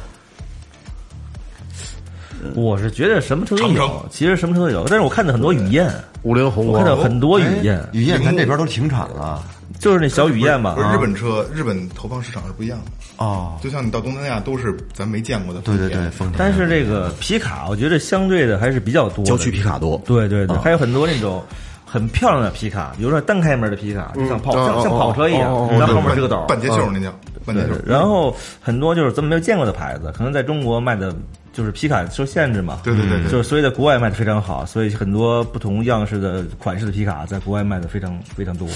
F: 我是觉得什么车都
C: 长
F: 有
C: 城，
F: 其实什么车都有，但是我看到很多雨燕，
D: 五菱宏
F: 我看到
D: 光，
F: 很多
C: 哎
F: 雨燕，
G: 雨燕咱这边都停产了
F: 就是那小雨燕吧
C: 不是
F: 啊
C: 日本车，日本投放市场是不一样的。
G: 哦，
C: 就像你到东南亚都是咱没见过的
G: 对
C: 风
G: 对
C: 景。
G: 对，丰田。
F: 但是这个皮卡，我觉得相对的还是比较多的。
E: 郊区皮卡多
F: 对对对，
E: 啊
F: 还有很多那种很漂亮的皮卡，比如说单开门的皮卡，就像跑
D: 哦
F: 像像
D: 哦
F: 跑车一样
D: 哦哦，
F: 然
C: 半，
F: 后后面是个斗。
C: 啊
F: 嗯
C: 半截袖儿那叫半截
F: 对
C: 袖
F: 啊对
C: 儿。，
F: 然后很多就是咱们没有见过的牌子，可能在中国卖的就是皮卡受限制嘛，
C: 对对对对
F: 就是所以在国外卖的非常好，所以很多不同样式的款式的皮卡在国外卖的非常非常多。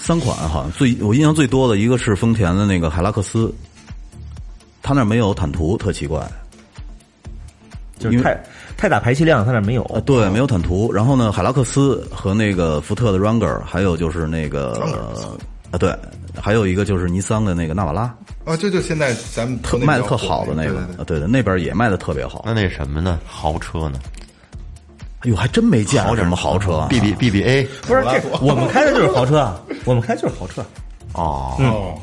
E: 三款好像最我印象最多的一个是丰田的那个海拉克斯，他那儿没有坦途，特奇怪。
F: 就
E: 因
F: 是
E: 为
F: 太太大排气量，它那儿没有。
E: 呃，对，没有坦途。然后呢，海拉克斯和那个福特的 Ranger，还有就是那个啊，对，还有一个就是尼桑的那个纳瓦拉，
C: 啊，就就现在咱们
E: 特
C: 特
E: 卖的特好的那
C: 对
E: 个，
C: 对
E: 啊对的，那边也卖的特别好。
G: 那那什么呢？豪车呢
E: 哎呦，还真没见过什么豪车啊
G: ？B B B B A
F: 不是这我们开的就是豪车，啊，我们开就是豪车。
G: 哦，
C: 对哦，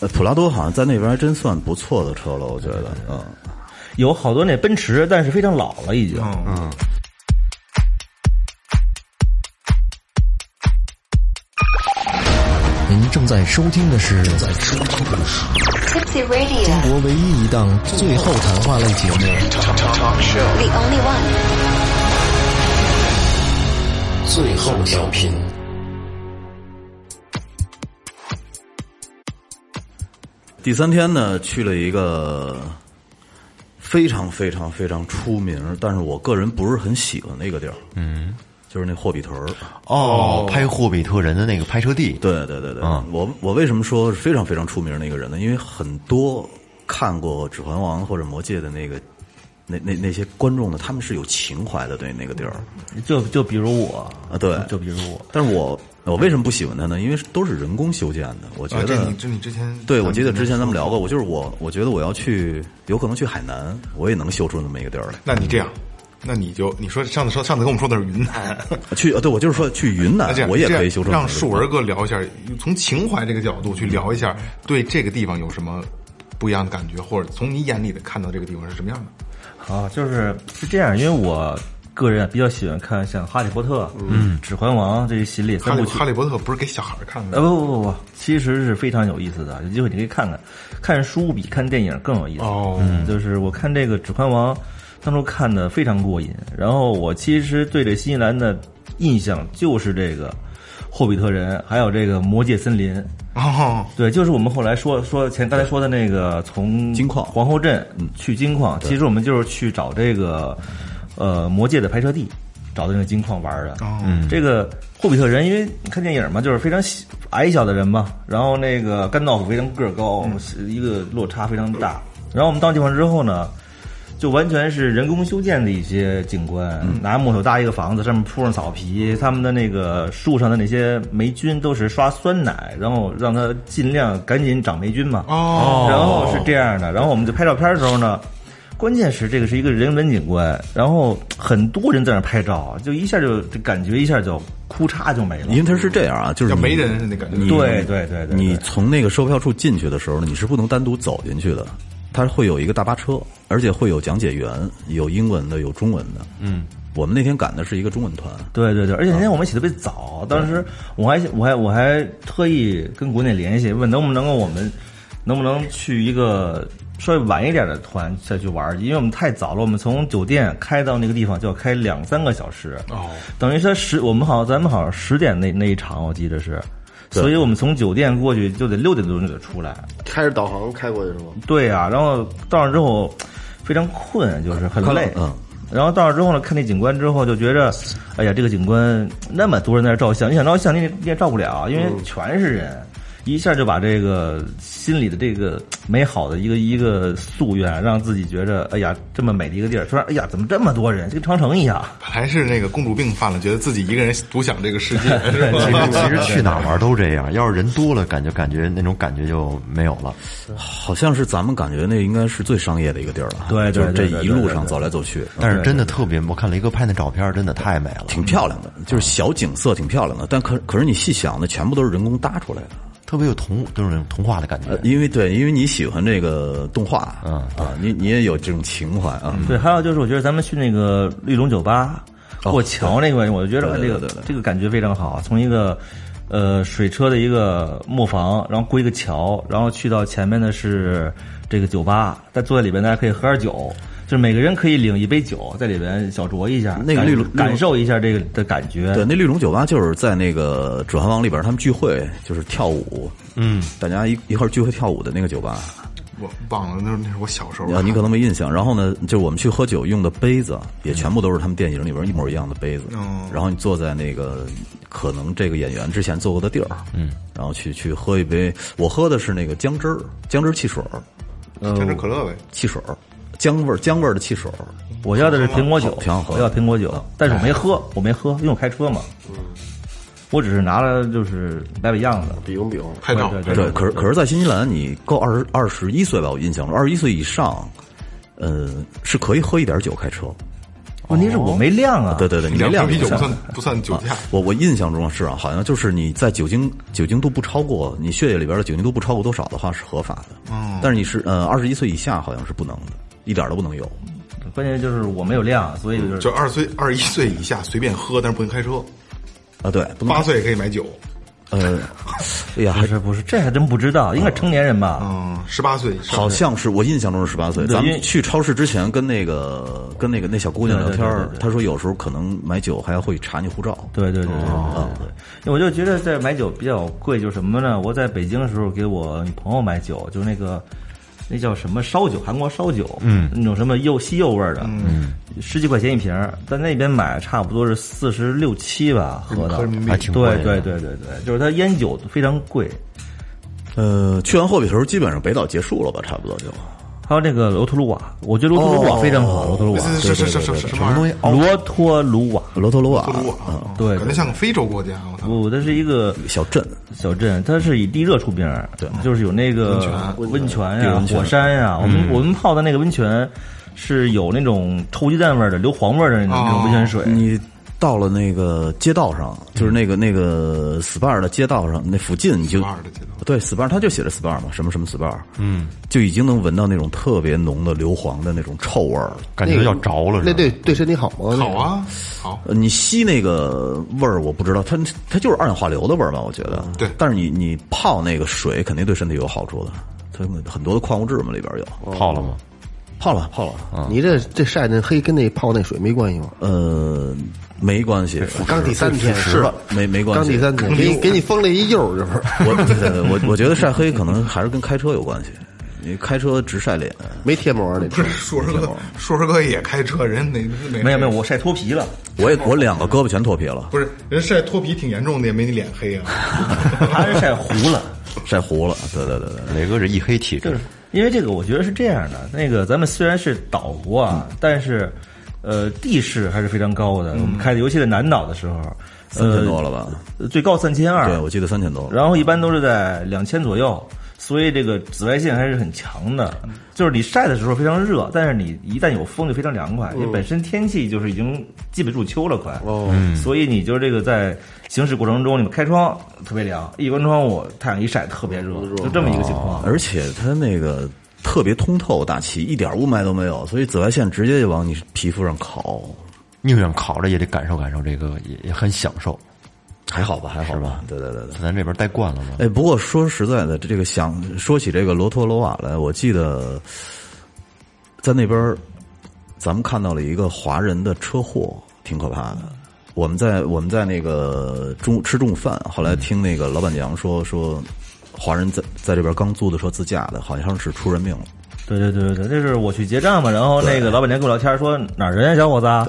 E: 呃普拉多好像在那边还真算不错的车了，我觉得，嗯，
F: 有好多那奔驰，但是非常老了已经。
C: 嗯，
B: 您正在收听的是正在收听的是
H: Tipsy Radio,
B: 中国唯一一档最后谈话类节目
H: the only one.
B: 《最后调频》。
E: 第三天呢，去了一个非常非常非常出名，但是我个人不是很喜欢的一个地儿，嗯，就是那霍比特儿。
G: 哦，拍《霍比特人》的那个拍摄地，
E: 对对对对，
G: 啊
E: 我我为什么说是非常非常出名的一个人呢？因为很多看过《指环王》或者《魔戒》的那个那那那些观众呢，他们是有情怀的对那个地儿
F: 就就比如我，
E: 啊，对，
F: 就比如我，
E: 但是我我为什么不喜欢它呢？因为是都是人工修建的，我觉
C: 啊，
E: 得、
C: 这你这你之前
E: 对，我记得之前咱们聊过，我就是我，我觉得我要去，有可能去海南，我也能修出那么一个地儿来。
C: 那你这样，那你就你说上次说上次跟我们说的是云南，
E: 去，呃对我就是说去云
C: 那
E: 南
C: 啊这，样
E: 我也
C: 这样
E: 可以修出那么
C: 让
E: 一个
C: 树
E: 地儿
C: 文哥聊一下，从情怀这个角度去聊一下，对这个地方有什么不一样的感觉，或者从你眼里的看到这个地方是什么样的？
F: 啊，就是是这样，因为我个人比较喜欢看像《哈利波特》、嗯，《指环王》这一系列
C: 哈
F: 三
C: 利
F: 部曲
C: 哈。利波特不是给小孩看
F: 呃，
C: 的，
F: 不不不不，其实是非常有意思的，有机会你可以看看，看书比看电影更有意思。
C: 哦
F: 嗯就是我看这个《指环王》，当初看的非常过瘾，然后我其实对这新西兰的印象就是这个《霍比特人》，还有这个《魔界森林》。
E: 呃
C: 哦，
F: 对，就是我们后来说说前刚才说的那个从
E: 金矿嗯
F: 皇后镇去金矿，其实我们就是去找这个呃魔界的拍摄地，找的那个金矿玩的。
E: 哦
F: 嗯，这个霍比特人，因为看电影嘛，就是非常小矮小的人嘛，然后那个甘道夫非常个儿高，一个落差非常大。然后我们到地方之后呢，就完全是人工修建的一些景观，拿木头搭一个房子，上面铺上草皮，他们的那个树上的那些霉菌都是刷酸奶，然后让它尽量赶紧长霉菌嘛。
C: 哦，
F: 然后是这样的，然后我们就拍照片的时候呢，关键是这个是一个人文景观，然后很多人在那儿拍照，就一下就就感觉一下就哭嚓就没了
E: 因。为它是这样啊，就是
C: 要
E: 你
C: 没人是那感觉。
E: 你
F: 对对对对对
E: 你从那个售票处进去的时候呢，你是不能单独走进去的，它会有一个大巴车，而且会有讲解员，有英文的，有中文的。嗯，我们那天赶的是一个中文团，
F: 对对对，而且那天我们起特别早，当时我还我还我还特意跟国内联系，问能不能够我们能不能去一个稍微晚一点的团再去玩儿，因为我们太早了，我们从酒店开到那个地方就要开两三个小时，
C: 哦，
F: 等于说十我们好像咱们好像十点那那一场我记得是，所以我们从酒店过去就得六点多就得出来，
D: 开着导航开过去是吗？
F: 对啊，然后到那之后非常困，就是很累。
E: 嗯。
F: 然后到那之后呢，看那景观之后就觉着，哎呀，这个景观那么多人在那照相，你想照相你也你也照不了，因为全是人，一下就把这个心里的这个美好的一个一个夙愿，让自己觉着，哎呀，这么美的一个地儿，突然，哎呀，怎么这么多人，就跟长城一样。
C: 本来是那个公主病犯了，觉得自己一个人独享这个世 界，是吧
G: 其实其实去哪儿玩都这样，要是人多了，感觉感觉那种感觉就没有了。
E: 好像是咱们感觉那应该是最商业的一个地儿了。
F: 对对
E: 就是这
F: 对对
E: 一
F: 对
E: 路
F: 对
E: 上
F: 对
E: 走来走去，
G: 但是真的特别，我看雷哥拍那照片，真的太美了。
E: 挺漂亮的，就是小景色挺漂亮的。但可可是你细想呢，全部都是人工搭出来的。
G: 特别有童就是童话的感觉
E: 呃，。因为对，因为你喜欢这个动画，
G: 嗯
E: 啊，你你也有这种情怀
C: 嗯
E: 啊。
F: 对，还有就是我觉得咱们去那个绿龙酒吧
E: 哦
F: 过桥那块，我就觉得
E: 对
F: 这
E: 对
F: 个
E: 对对对
F: 这个感觉非常好。从一个呃水车的一个磨坊，然后过一个桥，然后去到前面的是这个酒吧，在坐在里边，大家可以喝点酒。就是每个人可以领一杯酒，在里边小酌一下，
E: 那个
F: 感
E: 绿龙绿
F: 感
E: 龙
F: 受一下这个的感觉。
E: 对，那绿龙酒吧就是在那个《指环王》里边，他们聚会就是跳舞，嗯，大家一一块儿聚会跳舞的那个酒吧，
C: 我忘了，那是那是我小时候
E: 啊，你可能没印象。然后呢，就是我们去喝酒用的杯子，也全部都是他们电影里边一模一样的杯子。
C: 哦
E: 然后你坐在那个可能这个演员之前坐过的地儿，嗯，然后去去喝一杯，我喝的是那个姜汁儿，姜汁儿汽水儿，
C: 看着可乐呗。
E: 汽水儿，姜味儿姜味儿的汽水儿。
F: 我要的是苹果酒
E: 好挺好，喝嗯哎
F: 我要苹果酒，但是我没喝，我没喝，因为我开车嘛。我只是拿了就是摆摆样子，
D: 比用比用，
C: 拍照
F: 对
C: 拍
F: 对
C: 照
E: 对，可是可是，在新西兰，你够二十二十一岁吧？我印象中，二十一岁以上，呃，是可以喝一点酒开车。
F: 问题是我没量啊。
E: 对对对，你没
C: 两
E: 量
C: 瓶啤酒
E: 就
C: 不
E: 行
C: 算不算酒驾
E: 啊，我我印象中是啊，好像就是你在酒精酒精度不超过你血液里边的酒精度不超过多少的话是合法的，
F: 哦
E: 嗯，但是你是呃二十一岁以下好像是不能的，一点都不能有。
F: 关键就是我没有量，所以嗯就是
C: 就二岁二一岁以下随便喝，但是不能开车。
E: 啊，对，不能
C: 八岁可以买酒，
E: 呃，哎呀，
F: 不是不是，这还真不知道，应该成年人吧？
C: 嗯，十八岁以上
E: 好像是我印象中是十八岁。
F: 对
E: 咱
F: 因为
E: 们去超市之前跟那个跟那个那小姑娘聊天
F: 对对
E: 儿
F: 对对，对
E: 她说有时候可能买酒还会查你护照。
F: 对对对对对对，因为我就觉得在买酒比较贵，就是什么呢？我在北京的时候给我女朋友买酒，就是那个那叫什么烧酒，韩国烧酒，嗯，那种什么柚西柚味儿的，嗯，十几块钱一瓶儿，在那边买差不多是四十六七吧，喝的，
C: 合人民币
F: 对对对对对，就是它烟酒非常贵。
E: 呃，去完霍比特时候，基本上北岛结束了吧，差不多就。
F: 还有那个罗托鲁瓦，我觉得罗托鲁瓦非常好，罗托鲁瓦，
C: 是是是是是什么玩意儿？
F: 罗托鲁瓦，
E: 罗托鲁瓦
C: 不如我啊，
F: 对对
C: 感觉像个非洲国家，我操，
F: 不，哦它是一个
E: 小镇，
F: 小镇，它是以地热出名儿，对，就是有那个
E: 啊
F: 温泉呀、火山呀、
E: 嗯
F: 我们我们泡的那个温泉是有那种臭鸡蛋味儿的、硫磺味儿的那种、
C: 哦
F: 那种温泉水。
E: 你到了那个街道上，就是那个那个 SPA 的街道上，那附近你就
C: 嗯 SPA 的街道
E: 对 SPA，它就写着 SPA 嘛，什么什么 SPA，嗯，就已经能闻到那种特别浓的硫磺的那种臭味儿了。
G: 感觉要着了，是
D: 那
G: 吧
D: 对对身体好吗？
C: 好啊，好，
E: 呃，你吸那个味儿，我不知道，它它就是二氧化硫的味儿吧？我觉得。
C: 嗯对
E: 但是你你泡那个水，肯定对身体有好处的。它很多的矿物质嘛，里边有。
G: 泡了吗？
E: 泡了，泡了。
D: 那个，你这这晒那黑跟那泡那水没关系吗？
E: 呃，没关系。
D: 刚第三天
E: 是的，没没关
D: 刚
E: 系。
D: 第三 天，给你给你封了一釉，这不是？
E: 我对对对我我觉得晒黑可能还是跟开车有关系。你开车直晒脸，
D: 没贴膜那
C: 不是硕士哥，硕士哥也开车，人那那
F: 没有没有，我晒脱 皮了。
E: 我也我两个胳膊全脱皮了，
C: 不是人晒脱皮挺严重的，也没你脸黑啊。
F: 他是晒糊了。
E: 晒糊了。对对对对。
F: 呃
G: 磊哥是一黑体
F: 就
G: 质
F: 是，因为这个，我觉得是这样的。那个咱们虽然是岛国啊，
E: 嗯
F: 但是呃地势还是非常高的。我们开的，尤其在南岛的时候，
E: 三千多了吧？
F: 呃，最高三千二。
E: 对，我记得三千多。
F: 然后一般都是在两千左右，所以这个紫外线还是很强的。就是你晒的时候非常热，但是你一旦有风就非常凉快，因为本身天气就是已经基本入秋了，快。嗯哦，所以你就是这个在行驶过程中，你们开窗特别凉，一关窗户太阳一晒特别热，哦就这么一个情况。
E: 而且它那个特别通透大气，一点雾霾都没有，所以紫外线直接就往你皮肤上烤，
G: 宁愿烤着也得感受感受这个，也也很享受。
E: 还好吧，还好
G: 是吧
E: 对对对对。
G: 咱这边待惯了嘛，
E: 哎，不过说实在的，这个想说起这个罗托罗瓦来，我记得在那边儿咱们看到了一个华人的车祸，挺可怕的。我们在我们在那个中吃中午饭，后来听那个老板娘说说，华人在在这边刚租的车自驾的，好像是出人命了。
F: 对对对对对，这是我去结账嘛，然后那个老板娘跟我聊天说哪儿人啊，小伙子啊？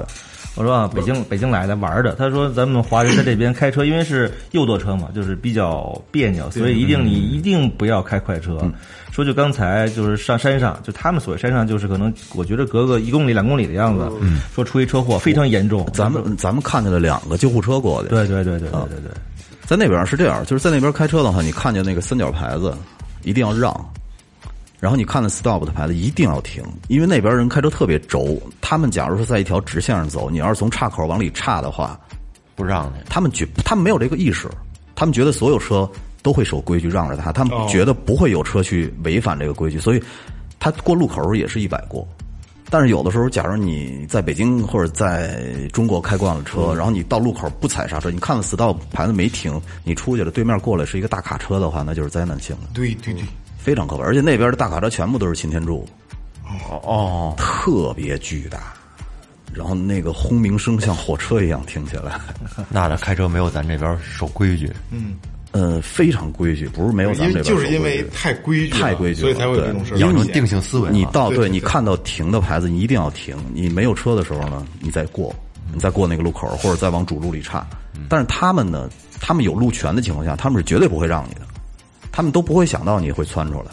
F: 我说啊，北京北京来的玩儿的。他说咱们华人在这边开车，因为是右舵车嘛，就是比较别扭，所以一定你
E: 嗯
F: 一定不要开快车。说就刚才就是上山上，就他们所谓山上，就是可能我觉得隔个一公里两公里的样子，说出一车祸非常严重。
E: 嗯咱们咱们看见了两个救护车过去，
F: 对对对对对对对。
E: 在那边是这样，就是在那边开车的话，你看见那个三角牌子，一定要让。然后你看见 stop 的牌子一定要停，因为那边人开车特别轴。他们假如说在一条直线上走，你要是从岔口往里岔的话，
G: 不让你。
E: 他们觉他们没有这个意识，他们觉得所有车都会守规矩让着他，他们觉得不会有车去违反这个规矩，所以他过路口也是一百过。但是有的时候，假如你在北京或者在中国开惯了车，然后你到路口不踩刹车，你看了 stop 牌子没停，你出去了，对面过来是一个大卡车的话，那就是灾难性的，
C: 对对对，
E: 非常可怕。而且那边的大卡车全部都是擎天柱，
G: 哦，
E: 特别巨大，然后那个轰鸣声像火车一样听起来。
G: 那那开车没有咱这边守规矩，
E: 呃，非常规矩，不是没有咱
C: 因
E: 们
C: 为
E: 这边
C: 就是因为
E: 守规矩
C: 太规矩了，所以
E: 太规矩了，
C: 才会有
E: 对
C: 这种事儿。
G: 养成定性思维了。
E: 你到
C: 对
E: 对
C: 对
E: 你
C: 对
E: 看到停的牌子，你一定要停。你没有车的时候呢，你再过，你再过那个路口，或者再往主路里岔。
C: 嗯
E: 但是他们呢，他们有路权的情况下，他们是绝对不会让你的，他们都不会想到你会窜出来。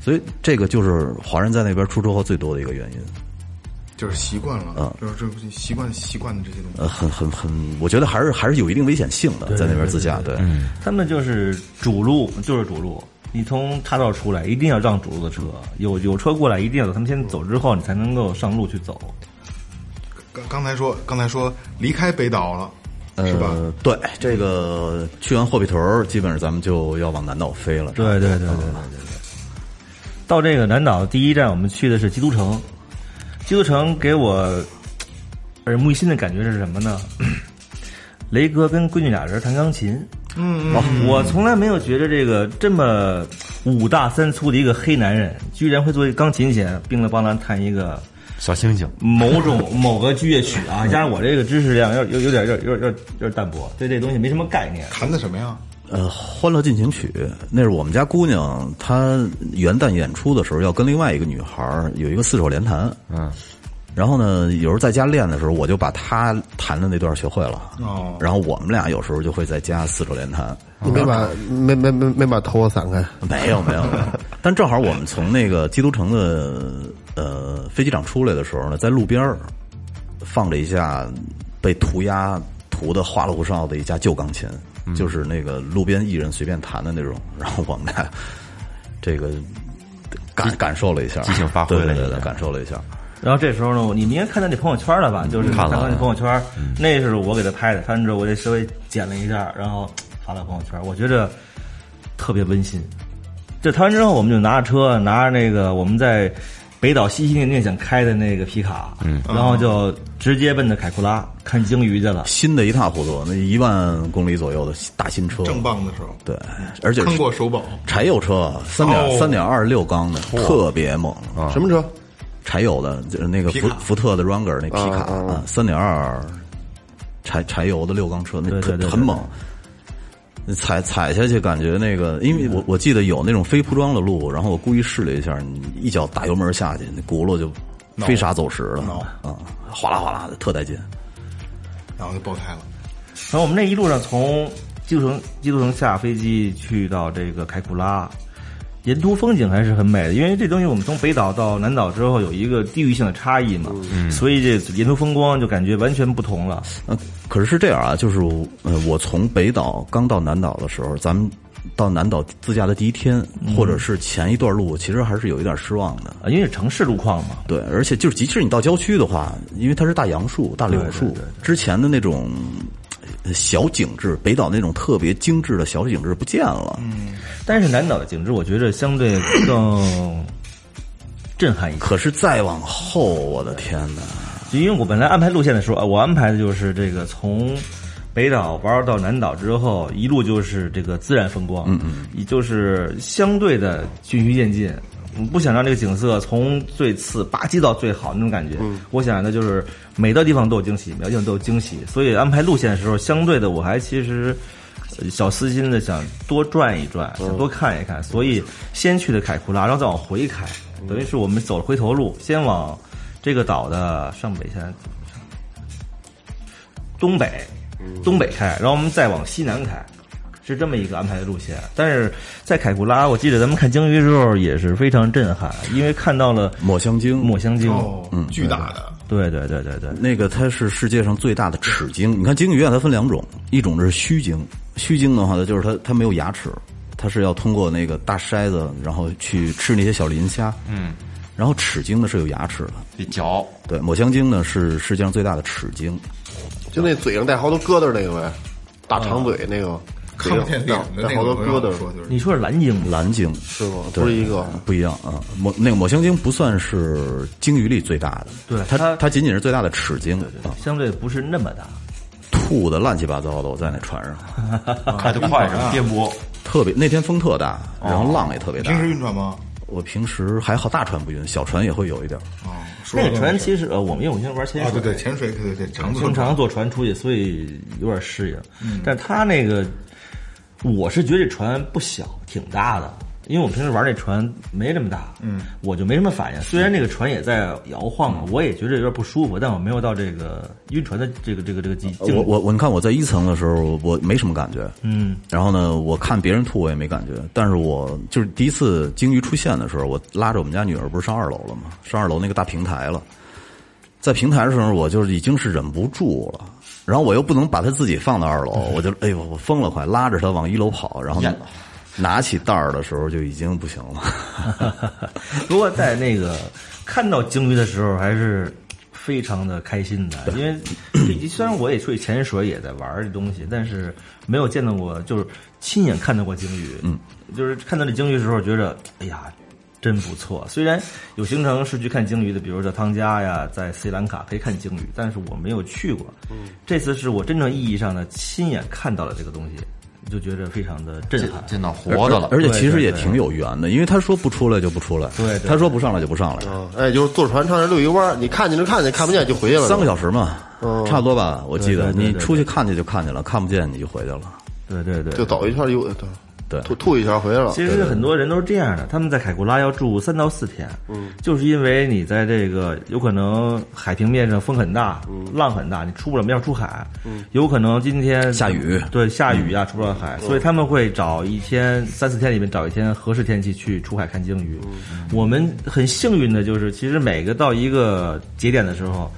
E: 所以这个就是华人在那边出车祸最多的一个原因。
C: 就是习惯了，就是这不习惯习惯的这些东西。
E: 呃，很很很，我觉得还是还是有一定危险性的，在那边自驾，对，
G: 嗯
F: 他们就是主路，就是主路。你从岔道出来，一定要让主路的车，有有车过来，一定要他们先走，之后你才能够上路去走。
C: 刚刚才说刚才说离开北岛了，是吧？
E: 呃，对，这个去完霍比屯儿，基本上咱们就要往南岛飞了，
F: 对对对对对对对。到这个南岛第一站，我们去的是基督城。基督城给我呃耳目一新的感觉是什么呢？ 雷哥跟闺女俩人弹钢琴。嗯，我从来没有觉得这个这么五大三粗的一个黑男人，居然会做一个钢琴弦，并了帮咱弹一个
G: 小星星，
F: 某种某个乐曲啊。加上我这个知识量有有有点有点有点有点有点淡薄，对这东西没什么概念。
C: 谈的什么呀？
E: 呃，《欢乐进行曲》那是我们家姑娘，她元旦演出的时候要跟另外一个女孩儿有一个四手联弹，嗯，然后呢，有时候在家练的时候，我就把她弹的那段学会了，
C: 哦
E: 然后我们俩有时候就会在家四手联弹，
D: 你没把没没没没把头发散开，
E: 没有没有，没有，但正好我们从那个基督城的呃飞机场出来的时候呢，在路边儿放了一架被涂鸦涂的花里胡哨的一架旧钢琴，
G: 嗯
E: 就是那个路边艺人随便弹的那种，然后我们俩这个感感受了一下，
G: 即兴发挥了
E: 对对
G: 一
E: 对
G: 下
E: 对，感受了一下，
F: 然后这时候呢，你们应该看到你朋友圈了吧？就是
G: 看了嗯
F: 到你朋友圈，那是我给他拍的。拍完之后，我得稍微剪了一下，然后发到朋友圈。我觉着特别温馨。这拍完之后，我们就拿着车，拿着那个我们在北岛心心念念想开的那个皮卡，嗯，然后就直接奔着凯库拉看鲸鱼去了。
E: 新的一塌糊涂，那一万公里左右的大新车，
C: 正棒的时候，
E: 对，而且
C: 坑
E: 是
C: 过手哦保，
E: 柴油车，三点三点二六缸的，特别猛啊！
D: 什么车？
E: 柴油的，就是那个
C: 皮
E: 福
C: 卡
E: 福特的 Ranger 那皮卡啊，三点二柴柴油的六缸车，那
F: 对对
E: 特
F: 对对
E: 很猛。踩踩下去感觉那个，因为我我记得有那种非铺装的路，然后我故意试了一下，你一脚打油门下去，那轱辘就飞沙走石了
C: 挠
E: 啊，哗啦哗啦的，特带劲。
C: 然后就爆胎了。
F: 然后我们那一路上从基督城基督城下飞机去到这个凯库拉，沿途风景还是很美的，因为这东西我们从北岛到南岛之后有一个地域性的差异嘛，所以这沿途风光就感觉完全不同了。
E: 呃，可是是这样啊，就是我呃，我从北岛刚到南岛的时候，咱们到南岛自驾的第一天，或者是前一段路，其实还是有一点失望的。
F: 啊，因为是城市路况嘛，
E: 对，而且就是，即使你到郊区的话，因为它是大杨树、大柳树，之前的那种呃小景致，北岛那种特别精致的小景致不见了。
F: 但是南岛的景致我觉着相对更震撼一些。
E: 可是再往后，我的天哪！
F: 就因为我本来安排路线的时候，啊我安排的就是这个从北岛玩到南岛之后，一路就是这个自然风光，嗯嗯，也就是相对的循序渐进。我不想让这个景色从最次吧唧到最好那种感觉，我想的就是每到地方都有惊喜，每到地方都有惊喜。所以安排路线的时候，相对的我还其实呃小私心的想多转一转，想多看一看，所以先去的凯库拉，然后再往回开，等于是我们走了回头路，先往这个岛的上北山东北，
E: 嗯
F: 东北开，然后我们再往西南开，是这么一个安排的路线。但是在凯库拉，我记得咱们看鲸鱼的时候也是非常震撼，因为看到了
E: 抹香鲸，
F: 抹香鲸，嗯
C: 哦，巨大的，
F: 对对对对对，
E: 那个它是世界上最大的齿鲸。你看鲸鱼啊，它分两种，一种是须鲸，须鲸的话呢，就是它它没有牙齿，它是要通过那个大筛子，然后去吃那些小磷虾。嗯，然后齿鲸呢是有牙齿的，
G: 得嚼，
E: 对，抹香鲸呢是世界上最大的齿鲸。
D: 就那嘴上带好多疙瘩那个呗，大长嘴那个，嘴
C: 看
D: 上
C: 不见脸的
D: 带
C: 那个
D: 好多
C: 朋
D: 疙
C: 友
D: 瘩，
C: 说就是
F: 你说是蓝鲸吗？
E: 蓝鲸
D: 是吗？
E: 对
D: 不是一个，
E: 不一样啊，抹那个抹香鲸不算是鲸鱼里最大的，
F: 对
E: 它
F: 它
E: 它仅仅是最大的齿鲸啊，
F: 相对不是那么大，
E: 吐的乱七八糟的，我在那船上，
G: 开得啊快是吧？颠簸，
E: 特别那天风特大，然后浪也特别大
C: 哦平。时晕船吗？
E: 我平时还好，大船不晕，小船也会有一点儿。
C: 哦，说
F: 那个船
C: 实
F: 其实呃，我们因为我们现在玩潜
C: 啊，
F: 水，
C: 对对，潜水，对对对，长
F: 经
C: 途
F: 常坐船出嗯去，所以有点适应。但是他那个，我是觉得这船不小，挺大的。因为我们平时玩那船没这么大，嗯，我就没什么反应。虽然那个船也在摇晃嘛，我也觉得有点不舒服，但我没有到这个晕船的这个这个这个境境。
E: 我我我，你看我在一层的时候，我没什么感觉，
F: 嗯，
E: 然后呢，我看别人吐我也没感觉，但是我就是第一次鲸鱼出现的时候，我拉着我们家女儿不是上二楼了吗？上二楼那个大平台了，在平台的时候，我就是已经是忍不住了，然后我又不能把他自己放到二楼，我就哎呦，我疯了，快拉着他往一楼跑，然后
G: 呀
E: 拿起袋儿的时候就已经不行了。
F: 不过在那个看到鲸鱼的时候，还是非常的开心的，因为毕竟虽然我也出去潜水，也在玩儿这东西，但是没有见到过，就是亲眼看到过鲸鱼。嗯，就是看到这鲸鱼的时候，觉着哎呀。真不错，虽然有行程是去看鲸鱼的，比如在汤加呀，在斯里兰卡可以看鲸鱼，但是我没有去过。嗯，这次是我真正意义上的亲眼看到了这个东西，就觉着非常的震
G: 见
F: 撼。
G: 见到活的了，
E: 而且
F: 对
E: 其实
F: 对
E: 也
F: 对
E: 挺有缘的，因为他说不出来就不出来，
F: 对对
E: 他说不上来就不上来，
D: 啊，哎，就是坐船上那溜一弯儿，你看见就看见，看不见就回去了。
E: 三个小时嘛，
D: 嗯
E: 差不多吧，我记得
F: 对对对
E: 你
F: 对
E: 出去看去就看见了，看不见你就回去了，
F: 对对对，
D: 就走一圈儿游，对
E: 对
D: 吐吐一圈儿回来了。
F: 其实很多人都是这样的，他们在凯库拉要住三到四天，嗯，就是因为你在这个有可能海平面上风很大，浪很大，你出不了要出海，嗯，有可能今天
E: 下雨
F: 对，下雨啊，出不了海，所以他们会找一天三四天里面找一天合适天气去出海看鲸鱼。我们很幸运的就是，其实每个到一个节点的时候。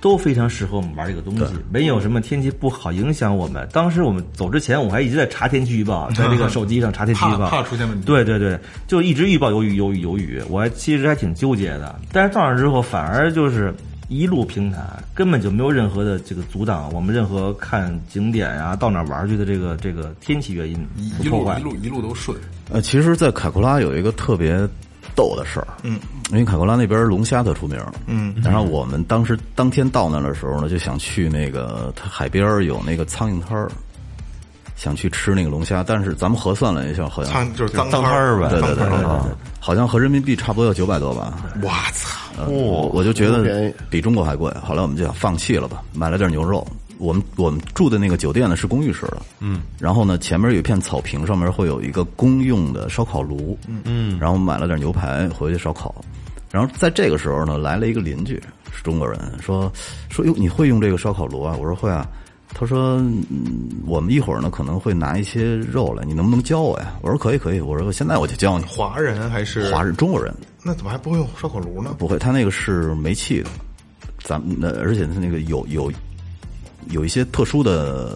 F: 都非常适合我们玩这个东西，没有什么天气不好影响我们。当时我们走之前，我还一直在查天气预报，在这个手机上查天气预报，
C: 怕怕出现问题
F: 对对对，就一直预报有雨有雨有雨，我还其实还挺纠结的。但是到那儿之后，反而就是一路平坦，根本就没有任何的这个阻挡我们任何看景点啊、到哪儿玩去的这个这个天气原因
C: 一
F: 不
C: 一
F: 破
C: 路
F: 坏
C: 一。路一路都顺，
E: 呃，其实，在凯库拉有一个特别逗的事儿，嗯，因为凯库拉那边龙虾特出名，嗯，然后我们当时当天到那儿的时候呢，就想去那个它海边儿有那个苍蝇摊儿，想去吃那个龙虾，但是咱们核算了一下，好像
C: 苍就是脏
F: 脏摊儿呗
E: 对对
C: 脏
E: 对对
C: 摊儿
E: 对，好像合人民币差不多要九百多吧，
C: 我操！
E: 嗯我我就觉
D: 那么便
E: 得
D: 宜
E: 比中国还贵。后来我们就想放弃了吧，买了点牛肉。我们我们住的那个酒店呢是公寓式的，嗯，然后呢前面有一片草坪，上面会有一个公用的烧烤炉，嗯嗯，然后买了点牛排回去烧烤。然后在这个时候呢，来了一个邻居是中国人，说说哟你会用这个烧烤炉啊？我说会啊。他说：“嗯，我们一会儿呢可能会拿一些肉来，你能不能教我呀？”我说：“可以，可以。”我说：“现在我就教你。
C: 华人还”是
E: 华？人中国人，
C: 那怎么还不会用烧烤炉呢？
E: 不会，他那个是煤气的，咱们那而且他那个有有有一些特殊的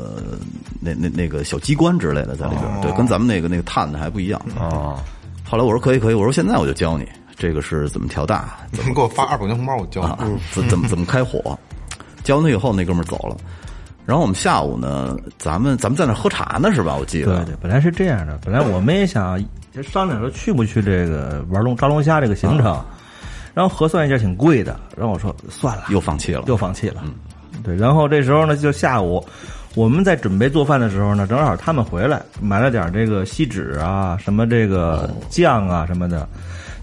E: 那那那个小机关之类的在里边儿，对，跟咱们那个那个碳的还不一样啊。后来我说可以可以，我说现在我就教你这个是怎么调大，怎
C: 你给我发二百块钱红包，我嗯交。
E: 啊，怎怎么怎么开火。教完他以后，那哥们儿走了。然后我们下午呢，咱们咱们在那儿喝茶呢，是吧？我记
F: 对
E: 得
F: 对，本来是这样的，本来我们也想就商量说去不去这个玩龙抓龙虾这个行
C: 啊
F: 程，然后核算一下挺贵的，然后我说算了，
E: 又放弃了，
F: 又放弃了。对，然后这时候呢，就下午，我们在准备做饭的时候呢，正好他们回来，买了点这个锡纸啊，什么这个
E: 哦
F: 酱啊什么的。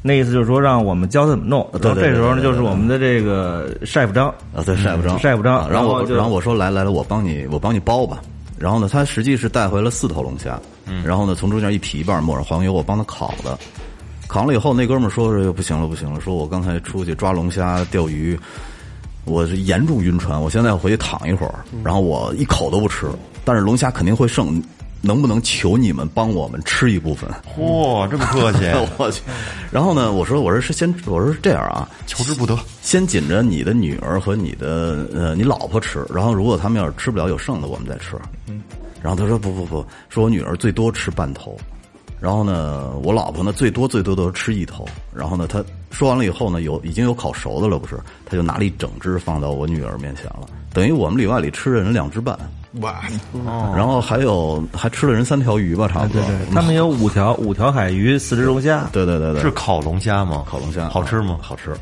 F: 那意思就是说让我们教他怎么弄。
E: 对
F: 然
E: 对
F: 后
E: 对
F: 这时候
E: 对对
F: 呢，
E: 对
F: 就是我们的这个 chef 张
E: 啊，对，晒不着，
F: 嗯晒不着
E: 啊然后我，
F: 然后就
E: 然后我说来来来，我帮你，我帮你包吧。然后呢，他实际是带回了四头龙虾，嗯，然后呢，从中间一劈一半，抹上黄油，我帮他烤的。烤了以后，那哥们儿说是不行了，不行了，说我刚才出去抓龙虾、钓鱼，我是严重晕船，我现在要回去躺一会儿，
F: 嗯
E: 然后我一口都不吃，但是龙虾肯定会剩，能不能求你们帮我们吃一部分？
G: 嚯，这么客气，
E: 我去。然后呢，我说我说是先我说是这样啊，
G: 嗯求之不得。
E: 先紧着你的女儿和你的呃你老婆吃，然后如果他们要是吃不了有剩的，我们再吃。嗯，然后他说不不不，说我女儿最多吃半头，然后呢，我老婆呢最多最多都是吃一头。然后呢，他说完了以后呢，有已经有烤熟的了，不是？他就拿了一整只放到我女儿面前了，等于我们里外里吃了人两只半，
C: 哇，
G: 哦
E: 然后还有还吃了人三条鱼吧，差不
G: 哎
E: 多。嗯
F: 他们有五条五条海鱼，四只龙虾。
E: 对对对对，
G: 是烤龙虾吗？
E: 烤龙虾
G: 好吃吗？
E: 好吃。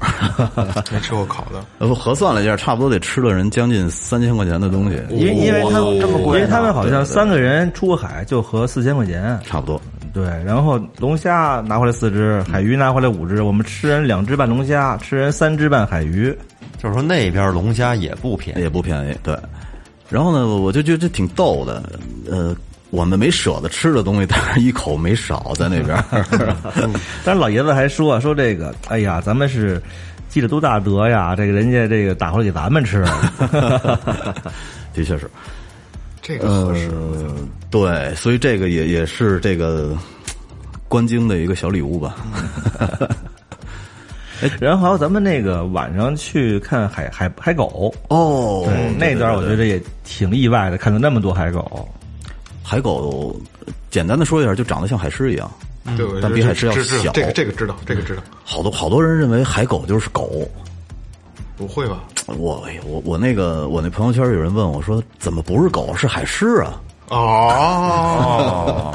C: 没吃过烤的，
E: 呃，核算了一下，差不多得吃了人将近三千块钱的东西，
F: 因为因为他们
G: 这么
F: 因
G: 贵呢
F: 为他们好像
E: 啊对对对
F: 三个人出海就合四千块钱，
E: 差不多。
F: 对，然后龙虾拿回来四只，海鱼拿回来五只，我们吃人两只半龙虾，吃人三只半海鱼。
G: 就是说那边龙虾也不便宜，
E: 也不便宜，对。然后呢，我就觉得这挺逗的，呃，我们没舍得吃的东西，但是一口没少在那边儿。
F: 但是老爷子还说啊说这个，哎呀，咱们是积了多大德呀，这个人家这个打回来给咱们 吃了。
E: 的确是，
C: 这个合适。
E: 呃，对，所以这个也也是这个观鲸的一个小礼物吧。
F: 然后还有咱们那个晚上去看海海海狗，
E: 哦，
F: 对
E: 对
F: 那段我觉得也挺意外的，看到那么多海狗。
E: 海狗，简单的说一下，就长得像海狮一样，
C: 对，我
E: 但比
C: 这
E: 海狮要
C: 这这
E: 小
C: 这个这个知道，这个知道，
E: 好多好多人认为海狗就是狗。
C: 不会吧？
E: 我哎呦我我那个我那朋友圈有人问我说，怎么不是狗是海狮啊？
C: 哦，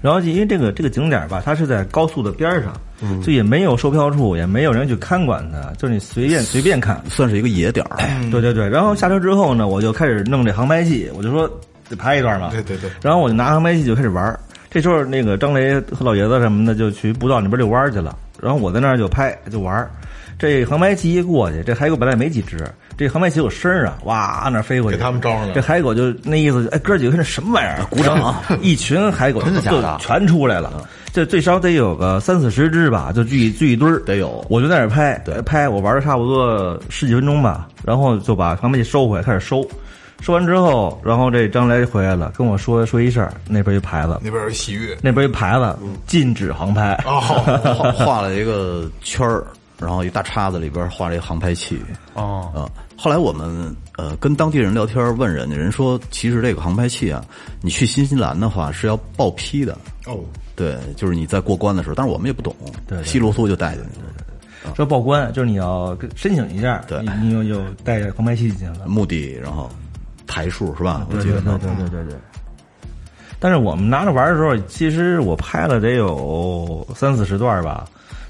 F: 然后因为这个这个景点吧，它是在高速的边儿上，
E: 嗯
F: 就也没有售票处，也没有人去看管它，就是你随便随便看。
E: 算是一个野点儿。啊
C: 嗯
F: 对对对，然后下车之后呢，我就开始弄这航拍器，我就说得拍一段嘛。
C: 对对对
F: 然后我就拿航拍器就开始玩儿。这时候那个张雷和老爷子什么的就去步道那边遛弯儿去了，然后我在那儿就拍就玩儿。这航拍器一过去，这海狗本来也没几只，这航拍器有声儿啊，哇，那儿飞过去，
C: 给他们招上来了
F: 这海狗就那意思，哎，哥几个看这什么玩意儿，鼓掌、一群海狗
G: 真的假的
F: 就全出来了，这最少得有个三四十只吧，就聚一聚一堆儿，得有。我就在那儿拍，拍，我玩了差不多十几分钟吧，然后就把航拍器收回来，开始收。收完之后，然后这张雷回来了，跟我说说一事儿，那边一牌子，
C: 那边有洗浴，
F: 那边一牌子禁止航拍。
C: 哦，
E: 画画了一个圈儿，然后一大叉子里边画了一个航拍器。哦，啊、后来我们呃跟当地人聊天，问人家，人说其实这个航拍器啊，你去新西兰的话是要报批的。
C: 哦，
E: 对，就是你在过关的时候，但是我们也不懂，
F: 对对
E: 稀里糊涂就带进去了。
F: 说报关就是你要跟申请一下，
E: 对
F: 你你又又带着航拍器进去了。
E: 目的，然后台数是吧？我记得
F: 对对对对对。但是我们拿着玩的时候，其实我拍了得有三四十段吧，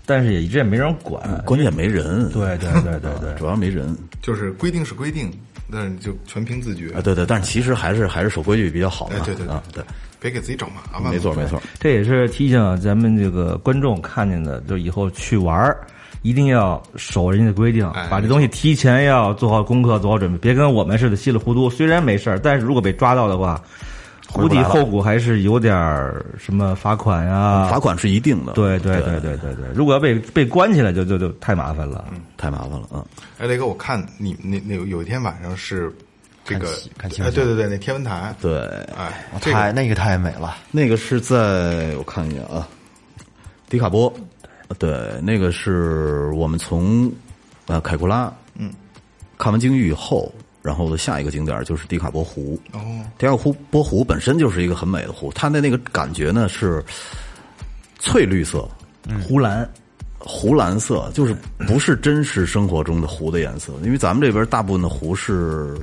F: 但是也一直也没人管。
E: 关键没人，
F: 嗯对对对对对
E: 啊主要没人
C: 就是规定是规定，但是就全凭自觉
E: 啊，，对对，但是其实还是还是守规矩比较好的，
C: 哎对对对
E: 啊，对，
C: 别给自己找麻烦嘛。
E: 没错没错，
F: 这也是提醒咱们这个观众看见的，就以后去玩儿一定要守人家的规定
C: 哎，
F: 把这东西提前要做好功课，做好准备，别跟我们似的稀里糊涂。虽然没事儿，但是如果被抓到的话，估计后果还是有点儿什么罚款呀、
C: 啊
E: 罚。款是一定的，
F: 对对对对对对，如果要被被关起来就，就就太麻烦了。
E: 太麻烦了，嗯，
C: 哎，雷哥，我看你那那有有一天晚上是这个
G: 看戏，看天
C: 哎，
G: 文台
C: 对对对，那天文台，
E: 对，
C: 哎，这
G: 太
C: 个
G: 那个太美了，
E: 那个是在我看一眼啊，迪卡波，对，那个是我们从呃凯库拉，嗯，看完鲸鱼以后，然后的下一个景点就是迪卡波湖。
C: 哦，
E: 迪卡湖波湖本身就是一个很美的湖，它的那个感觉呢是翠绿色、
F: 湖蓝，
E: 湖蓝色，就是不是真实生活中的湖的颜色，因为咱们这边大部分的湖是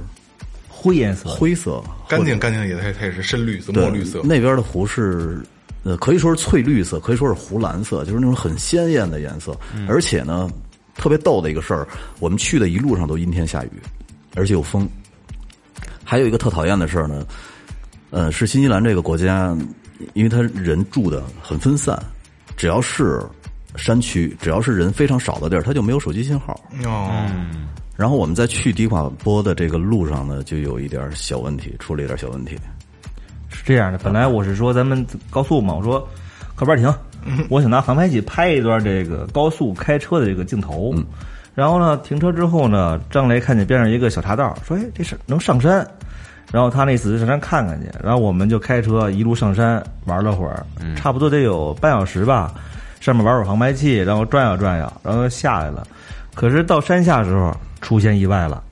F: 灰颜色，
E: 灰色，
C: 干净干净也它它也是深绿色、墨
E: 对
C: 绿色，
E: 那边的湖是，呃，可以说是翠绿色，可以说是湖蓝色，就是那种很鲜艳的颜色。
C: 嗯
E: 而且呢，特别逗的一个事儿，我们去的一路上都阴天下雨，而且有风。还有一个特讨厌的事儿呢，呃，是新西兰这个国家，因为它人住的很分散，只要是山区，只要是人非常少的地儿，它就没有手机信号。
C: 哦，
E: 然后我们在去迪卡波的这个路上呢，就有一点儿小问题，出了一点儿小问题。
F: 是这样的，本来我是说咱们高速嘛，我说靠边停，我想拿航拍器拍一段这个高速开车的这个镜头。然后呢，停车之后呢，张雷看见边上一个小茶道，说：“哎，这是能上山。”然后他那意思是上山看看去。然后我们就开车一路上山玩了会儿，差不多得有半小时吧。上面玩会儿航拍器，然后转悠转悠，然后就下来了。可是到山下的时候出现意外了，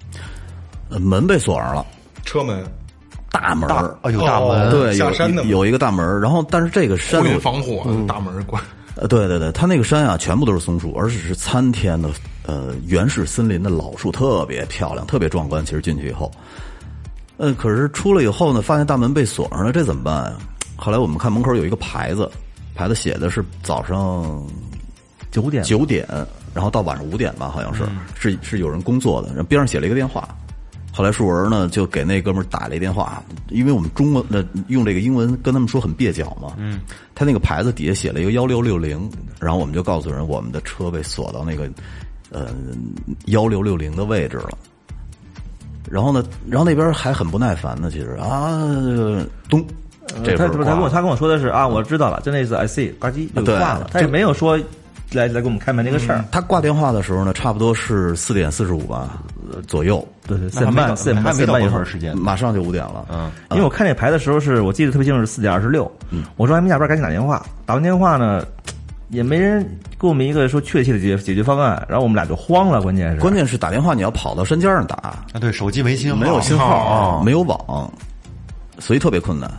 E: 呃门被锁上了。
C: 车门
E: 大门儿，
G: 哎呦，大
C: 哦
G: 门
E: 对，
C: 下
E: 有
C: 山的
E: 有
C: 嘛
E: 有一个大门儿，然后但是这个山
C: 屋
E: 我，嗯
C: 顶防火，啊大门关，
E: 呃，对对对，它那个山啊，全部都是松树，而且是参天的，呃，原始森林的老树，特别漂亮，特别壮观。其实进去以后，呃，可是出来以后呢，发现大门被锁上了，这怎么办啊？后来我们看门口有一个牌子，牌子写的是早上
F: 九点
E: 九点，嗯然后到晚上五点吧，好像是、是是有人工作的，然后边上写了一个电话。后来树文呢就给那哥们儿打了一电话，因为我们中文呃用这个英文跟他们说很蹩脚嘛，嗯，他那个牌子底下写了一个幺六六零，然后我们就告诉人我们的车被锁到那个呃幺六六零的位置了。然后呢，然后那边还很不耐烦呢，其实啊，咚，这会
F: 他
E: 儿
F: 嗯
E: 挂了
F: 他他跟我他跟我说的是啊，我知道了，就那次 I see，呱唧
G: 啊
F: 就
E: 对
F: 挂了，他也
E: 就
F: 没有说来来给我们开门这个事
G: 嗯
F: 儿。
E: 他挂电话的时候呢，差不多是四点四十五吧呃左右，
F: 对对，四
G: 那还
F: 点
G: 没到
F: 半，四点半，
G: 还
F: 四
G: 没
F: 点
G: 到
F: 半以
G: 多
F: 后
G: 长时间，
E: 马上就五点了。
G: 嗯，
F: 因为我看哎那牌的时候是我记得特别清楚，是四点二十六。我说还没下班，赶紧打电话。打完电话呢，也没人给我们一个说确切的解解决方案，然后我们俩就慌了，关键是
E: 关键是打电话你要跑到山尖上打，
G: 啊，对，手机没信号，
C: 哦
E: 没有信号
G: 啊，
E: 没有网，所以特别困难。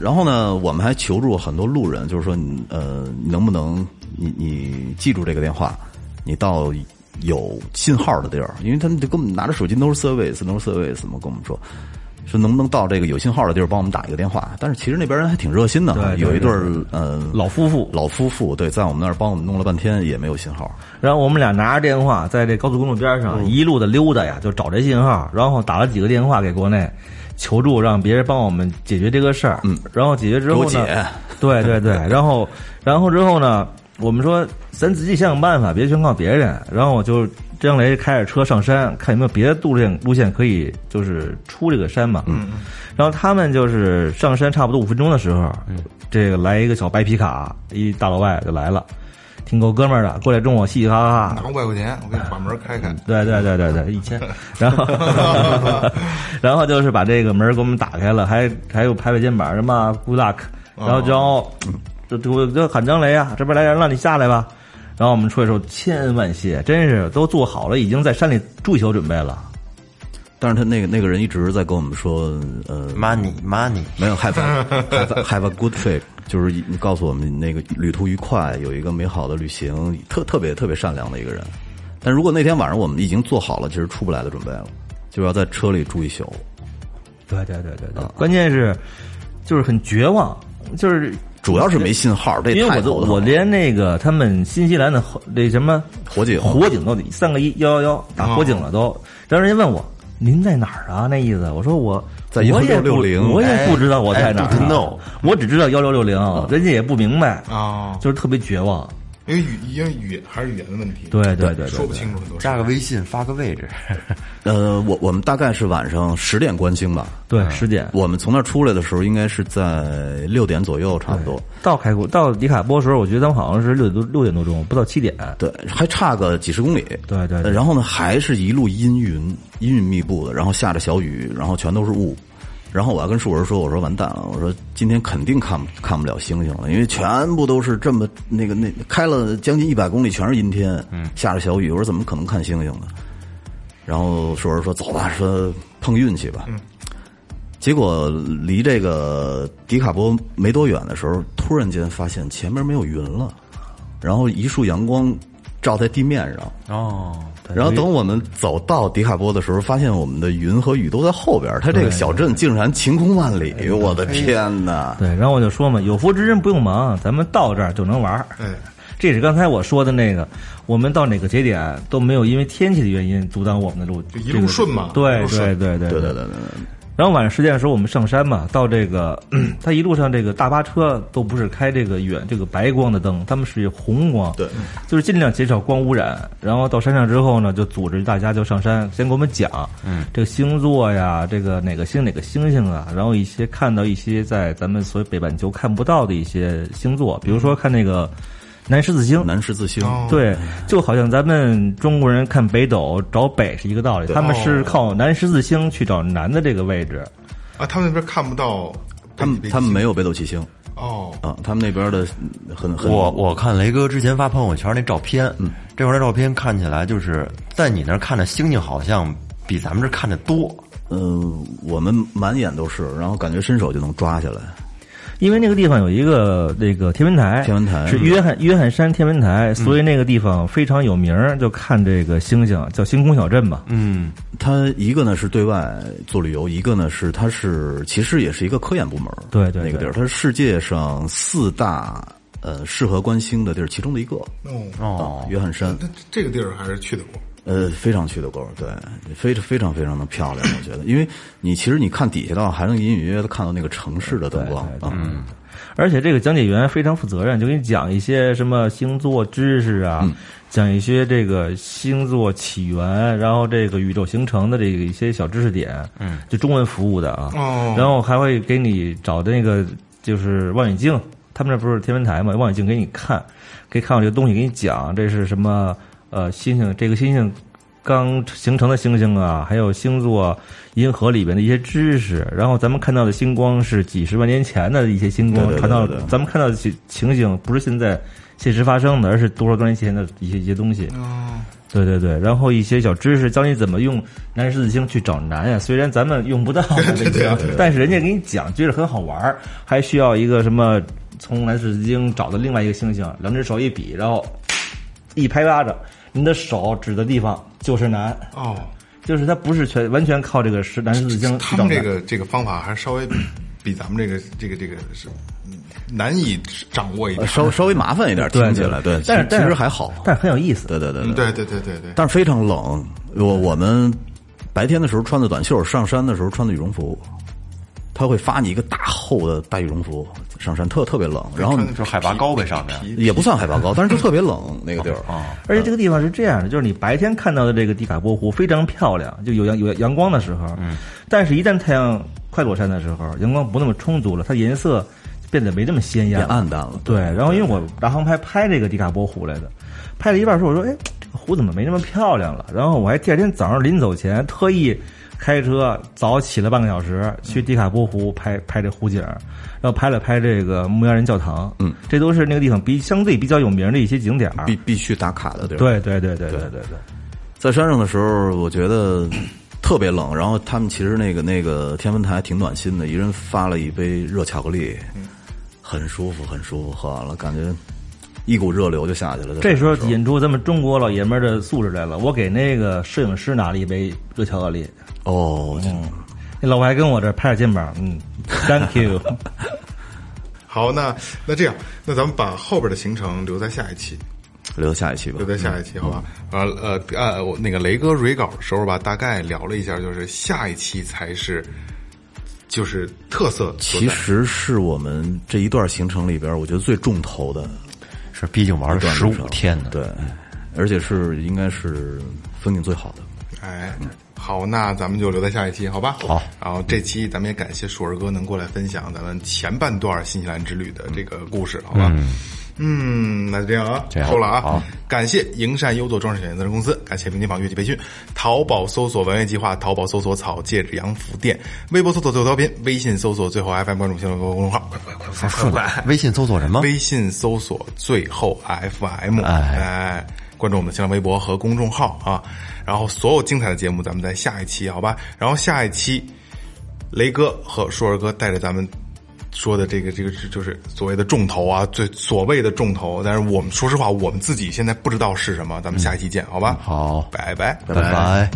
E: 然后呢，我们还求助很多路人，就是说你呃，你能不能你你记住这个电话，你到有信号的地儿，因为他们就跟我们拿着手机都是 service 都是 service 嘛，跟我们说。说能不能到这个有信号的地儿帮我们打一个电话？但是其实那边人还挺热心的啊，
F: 对对
E: 有一对儿呃
F: 老夫妇
E: 老夫妇对，在我们那儿帮我们弄了半天也没有信号。
F: 然后我们俩拿着电话，在这高速公路边上一路的溜达呀，就找这信号，然后打了几个电话给国内求助，让别人帮我们解决这个事儿。嗯，然后解决之后
E: 给我
F: 呢
E: 解，
F: 对对对，然后然后之后呢，我们说咱自己想想办法，别全靠别人。然后我就张雷开着车上山，看有没有别的路线路线可以就是出这个山嘛。嗯，然后他们就是上山差不多五分钟的时候，这个来一个小白皮卡，一大老外就来了。挺够哥们儿的，过来中午嘻嘻哈哈，
C: 拿五百块钱，我给你把门开开。
F: 对对对对对，一千，然后 然后就是把这个门给我们打开了，还还有拍拍肩膀什么 good luck，然后然后就就就喊张雷啊，这边来人了，你下来吧。然后我们出去的时候，千恩万谢，真是都做好了，已经在山里住一宿准备了。
E: 但是他那个那个人一直在跟我们说，呃，
G: money money，
E: 没有 have a, have a, have a good trip，就是你告诉我们那个旅途愉快，有一个美好的旅行，特特别特别善良的一个人。但如果那天晚上我们已经做好了，其实出不来的准备了，就要在车里住一宿。
F: 对对对对对，关键是就是很绝望，就是
E: 主要是没信号，这
F: 因为
E: 太
F: 我都
E: 头疼了
F: 我连那个他们新西兰的火那什么
E: 火警哦
F: 火警都得三个一幺幺幺打火警了都，然后人家问我您在哪儿啊？那意思我说我
E: 在
F: 我也不
E: 16660
F: 我也不知道我在哪儿、啊
G: 哎哎，don't know
F: 我只知道幺六六零，
E: 哦
F: 人家也不明白
E: 嗯
C: 哦
F: 就是特别绝望。
C: 因为语因为语言还是语言的问题，
F: 对对对对
C: 说不清楚很多事
G: 加。个微信，发个位置，
E: 呃，我我们大概是晚上十点关星吧。
F: 对，十点
E: 嗯我们从那儿出来的时候，应该是在六点左右，差不多。
F: 到开国到迪卡波的时候，我觉得咱们好像是六点多六点多钟，不到七点。
E: 对，还差个几十公里。
F: 对对对
E: 然后呢，还是一路阴云，阴云密布的，然后下着小雨，然后全都是雾。然后我还跟树文说：“我说完蛋了，我说今天肯定看不看不了星星了，因为全部都是这么那个那开了将近一百公里，全是阴天，
F: 嗯
E: 下着小雨，我说怎么可能看星星呢？”然后树文说：“走吧，说碰运气吧。
F: 嗯
E: 结果离这个迪卡波没多远的时候，突然间发现前面没有云了，然后一束阳光照在地面上。
G: 哦，
E: 然后等我们走到迪卡波的时候，发现我们的云和雨都在后边，它这个小镇竟然晴空万里，我的天哪！
F: 对，然后我就说嘛，有福之人不用忙，咱们到这儿就能玩儿。
C: 哎，
F: 这是刚才我说的那个，我们到哪个节点都没有因为天气的原因阻挡我们的路，
C: 就一路顺嘛一
F: 这
C: 路
F: 个对对
C: 顺
F: 对
E: 对
F: 对对
E: 对对对，
F: 然后晚上十点的时候，我们上山嘛，到这个， 它一路上这个大巴车都不是开这个远这个白光的灯，他们是红光，
E: 对，
F: 就是尽量减少光污染。然后到山上之后呢，就组织大家就上山，先给我们讲，嗯，这个星座呀，这个哪个星哪个星星啊，然后一些看到一些在咱们所谓北半球看不到的一些星座，比如说看那个南十字星，
E: 南十字星，
F: 对，就好像咱们中国人看北斗找北是一个道理，他们是靠南十字星去找南的这个位置。
C: 啊，他们那边看不到北极，
E: 他们
C: 北极
E: 他们没有北斗七星
C: 哦，
E: 啊，他们那边的很很
G: 我我看雷哥之前发朋友圈那照片，这块儿的照片看起来就是在你那儿看的星星好像比咱们这儿看的多，
E: 呃，我们满眼都是，然后感觉伸手就能抓下来。
F: 因为那个地方有一个那个天文台，
E: 天文台嗯
F: 是约翰约翰山天文台，所以那个地方非常有名儿，就看这个星星，叫星空小镇嘛。
G: 嗯，
E: 它一个呢是对外做旅游，一个呢是它是其实也是一个科研部门儿，
F: 对对
E: 那个地儿，
F: 对
E: 它是世界上四大呃适合观星的地儿其中的一个。啊
C: 哦，
G: 哦，
E: 约翰山，
C: 那这这个地儿还是去的过。
E: 呃，非常去的够，对，非常非常非常的漂亮，我觉得，因为你其实你看底下的话，还能隐隐约约的看到那个城市的灯光啊，嗯，
F: 而且这个讲解员非常负责任，就给你讲一些什么星座知识啊，讲一些这个星座起源，然后这个宇宙形成的这个一些小知识点，嗯，就中文服务的啊，
C: 哦
F: 然后还会给你找的那个就是望远镜，他们那不是天文台嘛，望远镜给你看，可以看我这个东西，给你讲这是什么呃星星，这个星星刚形成的星星啊，还有星座、银河里边的一些知识。然后咱们看到的星光是几十万年前的一些星光，
E: 对对对
F: 传到
E: 对对
F: 咱们看到的情形不是现在现实发生的，而是多少多年前的一些一些东西。对对对，然后一些小知识，教你怎么用男十字星去找男呀。虽然咱们用不 到男十字星，但是人家给你讲，觉得很好玩儿。还需要一个什么从男十字星找到另外一个星星，两只手一比，然后一拍巴掌，你的手指的地方就是男，
C: 哦，
F: 就是它不是全完全靠这个十男十字
E: 嗯
F: 星去
C: 他
F: 找
C: 们
F: 男
C: 这。个这个方法还稍微比比咱们这个这个这个是嗯难以掌握一
E: 呃
C: 点。
E: 稍稍微麻烦一点，听起来对，
F: 但是
E: 其
F: 但
E: 其
F: 是
E: 实还好，
F: 但是很有意思。
E: 对对对
C: 嗯，对对对对对，
E: 但是非常冷。我我们白天的时候穿的短袖，上山的时候穿的羽绒服。他会发你一个大厚的大羽绒服，上山特特别冷，然后
C: 穿
E: 你
C: 的
G: 就是海拔高呗，上面
E: 也不算海拔高，但是就特别冷那个地儿。
F: 而且这个地方是这样的，就是你白天看到的这个迪卡波湖非常漂亮，就有阳有阳光的时候，嗯，但是一旦太阳快落山的时候，阳光不那么充足了，它颜色变得没那么鲜艳
E: 变
F: 了，
E: 暗淡了。
F: 对，然后因为我拿航拍拍这个迪卡波湖来的，拍了一半说，我说，哎，这个湖怎么没那么漂亮了？然后我还第二天早上临走前特意开车早起了半个小时去迪卡波湖拍拍这湖景儿，然后拍了拍这个牧羊人教堂，嗯，这都是那个地方比相对比较有名的一些景点儿。
E: 必必须打卡的地儿。，
F: 对对对对对对对，
E: 在山上的时候，我觉得特别冷，然后他们其实那个那个天文台挺暖心的，一人发了一杯热巧克力，很舒服，很舒服，喝完了感觉一股热流就下去了。
F: 这时候
E: 就
F: 引出咱们中国老爷们儿的素质来了。我给那个摄影师拿了一杯热巧克力，
E: 哦，就
F: 那老外还跟我这儿拍着肩膀，嗯，Thank you。
C: 好，那那这样，那咱们把后边的行程留在下一期，
E: 嗯留到下一期吧
C: 留。在下一期，好吧？
E: 嗯
C: 完了呃呃，我那个雷哥蕊稿的时候吧，大概聊了一下，就是下一期才是就是特色所在。
E: 其实是我们这一段行程里边，我觉得最重头的
G: 是毕竟玩了
E: 段
G: 十
E: 路
G: 五
E: 上
G: 天呢。
E: 对，而且是应该是风景最好的。
C: 哎，好，那咱们就留在下一期，好吧？
G: 好，
C: 然后这期咱们也感谢硕儿哥能过来分享咱们前半段新西兰之旅的这个故事，好吧？嗯，那就这样啊，
G: 这样
C: 收了啊
G: 好。
C: 感谢营山优作装饰有限责任公司，感谢明天坊乐器培训，淘宝搜索“文乐计划”，淘宝搜索“草戒指洋服店”，微博搜索“最后调频”，微信搜索“最后 FM” 关注新浪微博公众号。
G: 微信搜索什么？
C: 微信搜索“最后 FM”，
G: 哎
C: 哎，关注我们的新浪微博和公众号啊。然后所有精彩的节目，咱们在下一期，好吧？然后下一期，雷哥和硕儿哥带着咱们说的这个这个是就是所谓的重头啊，最所谓的重头。但是我们说实话，我们自己现在不知道是什么，咱们下一期见，好吧？
G: 好
C: 拜拜。
G: 拜拜。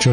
I: 这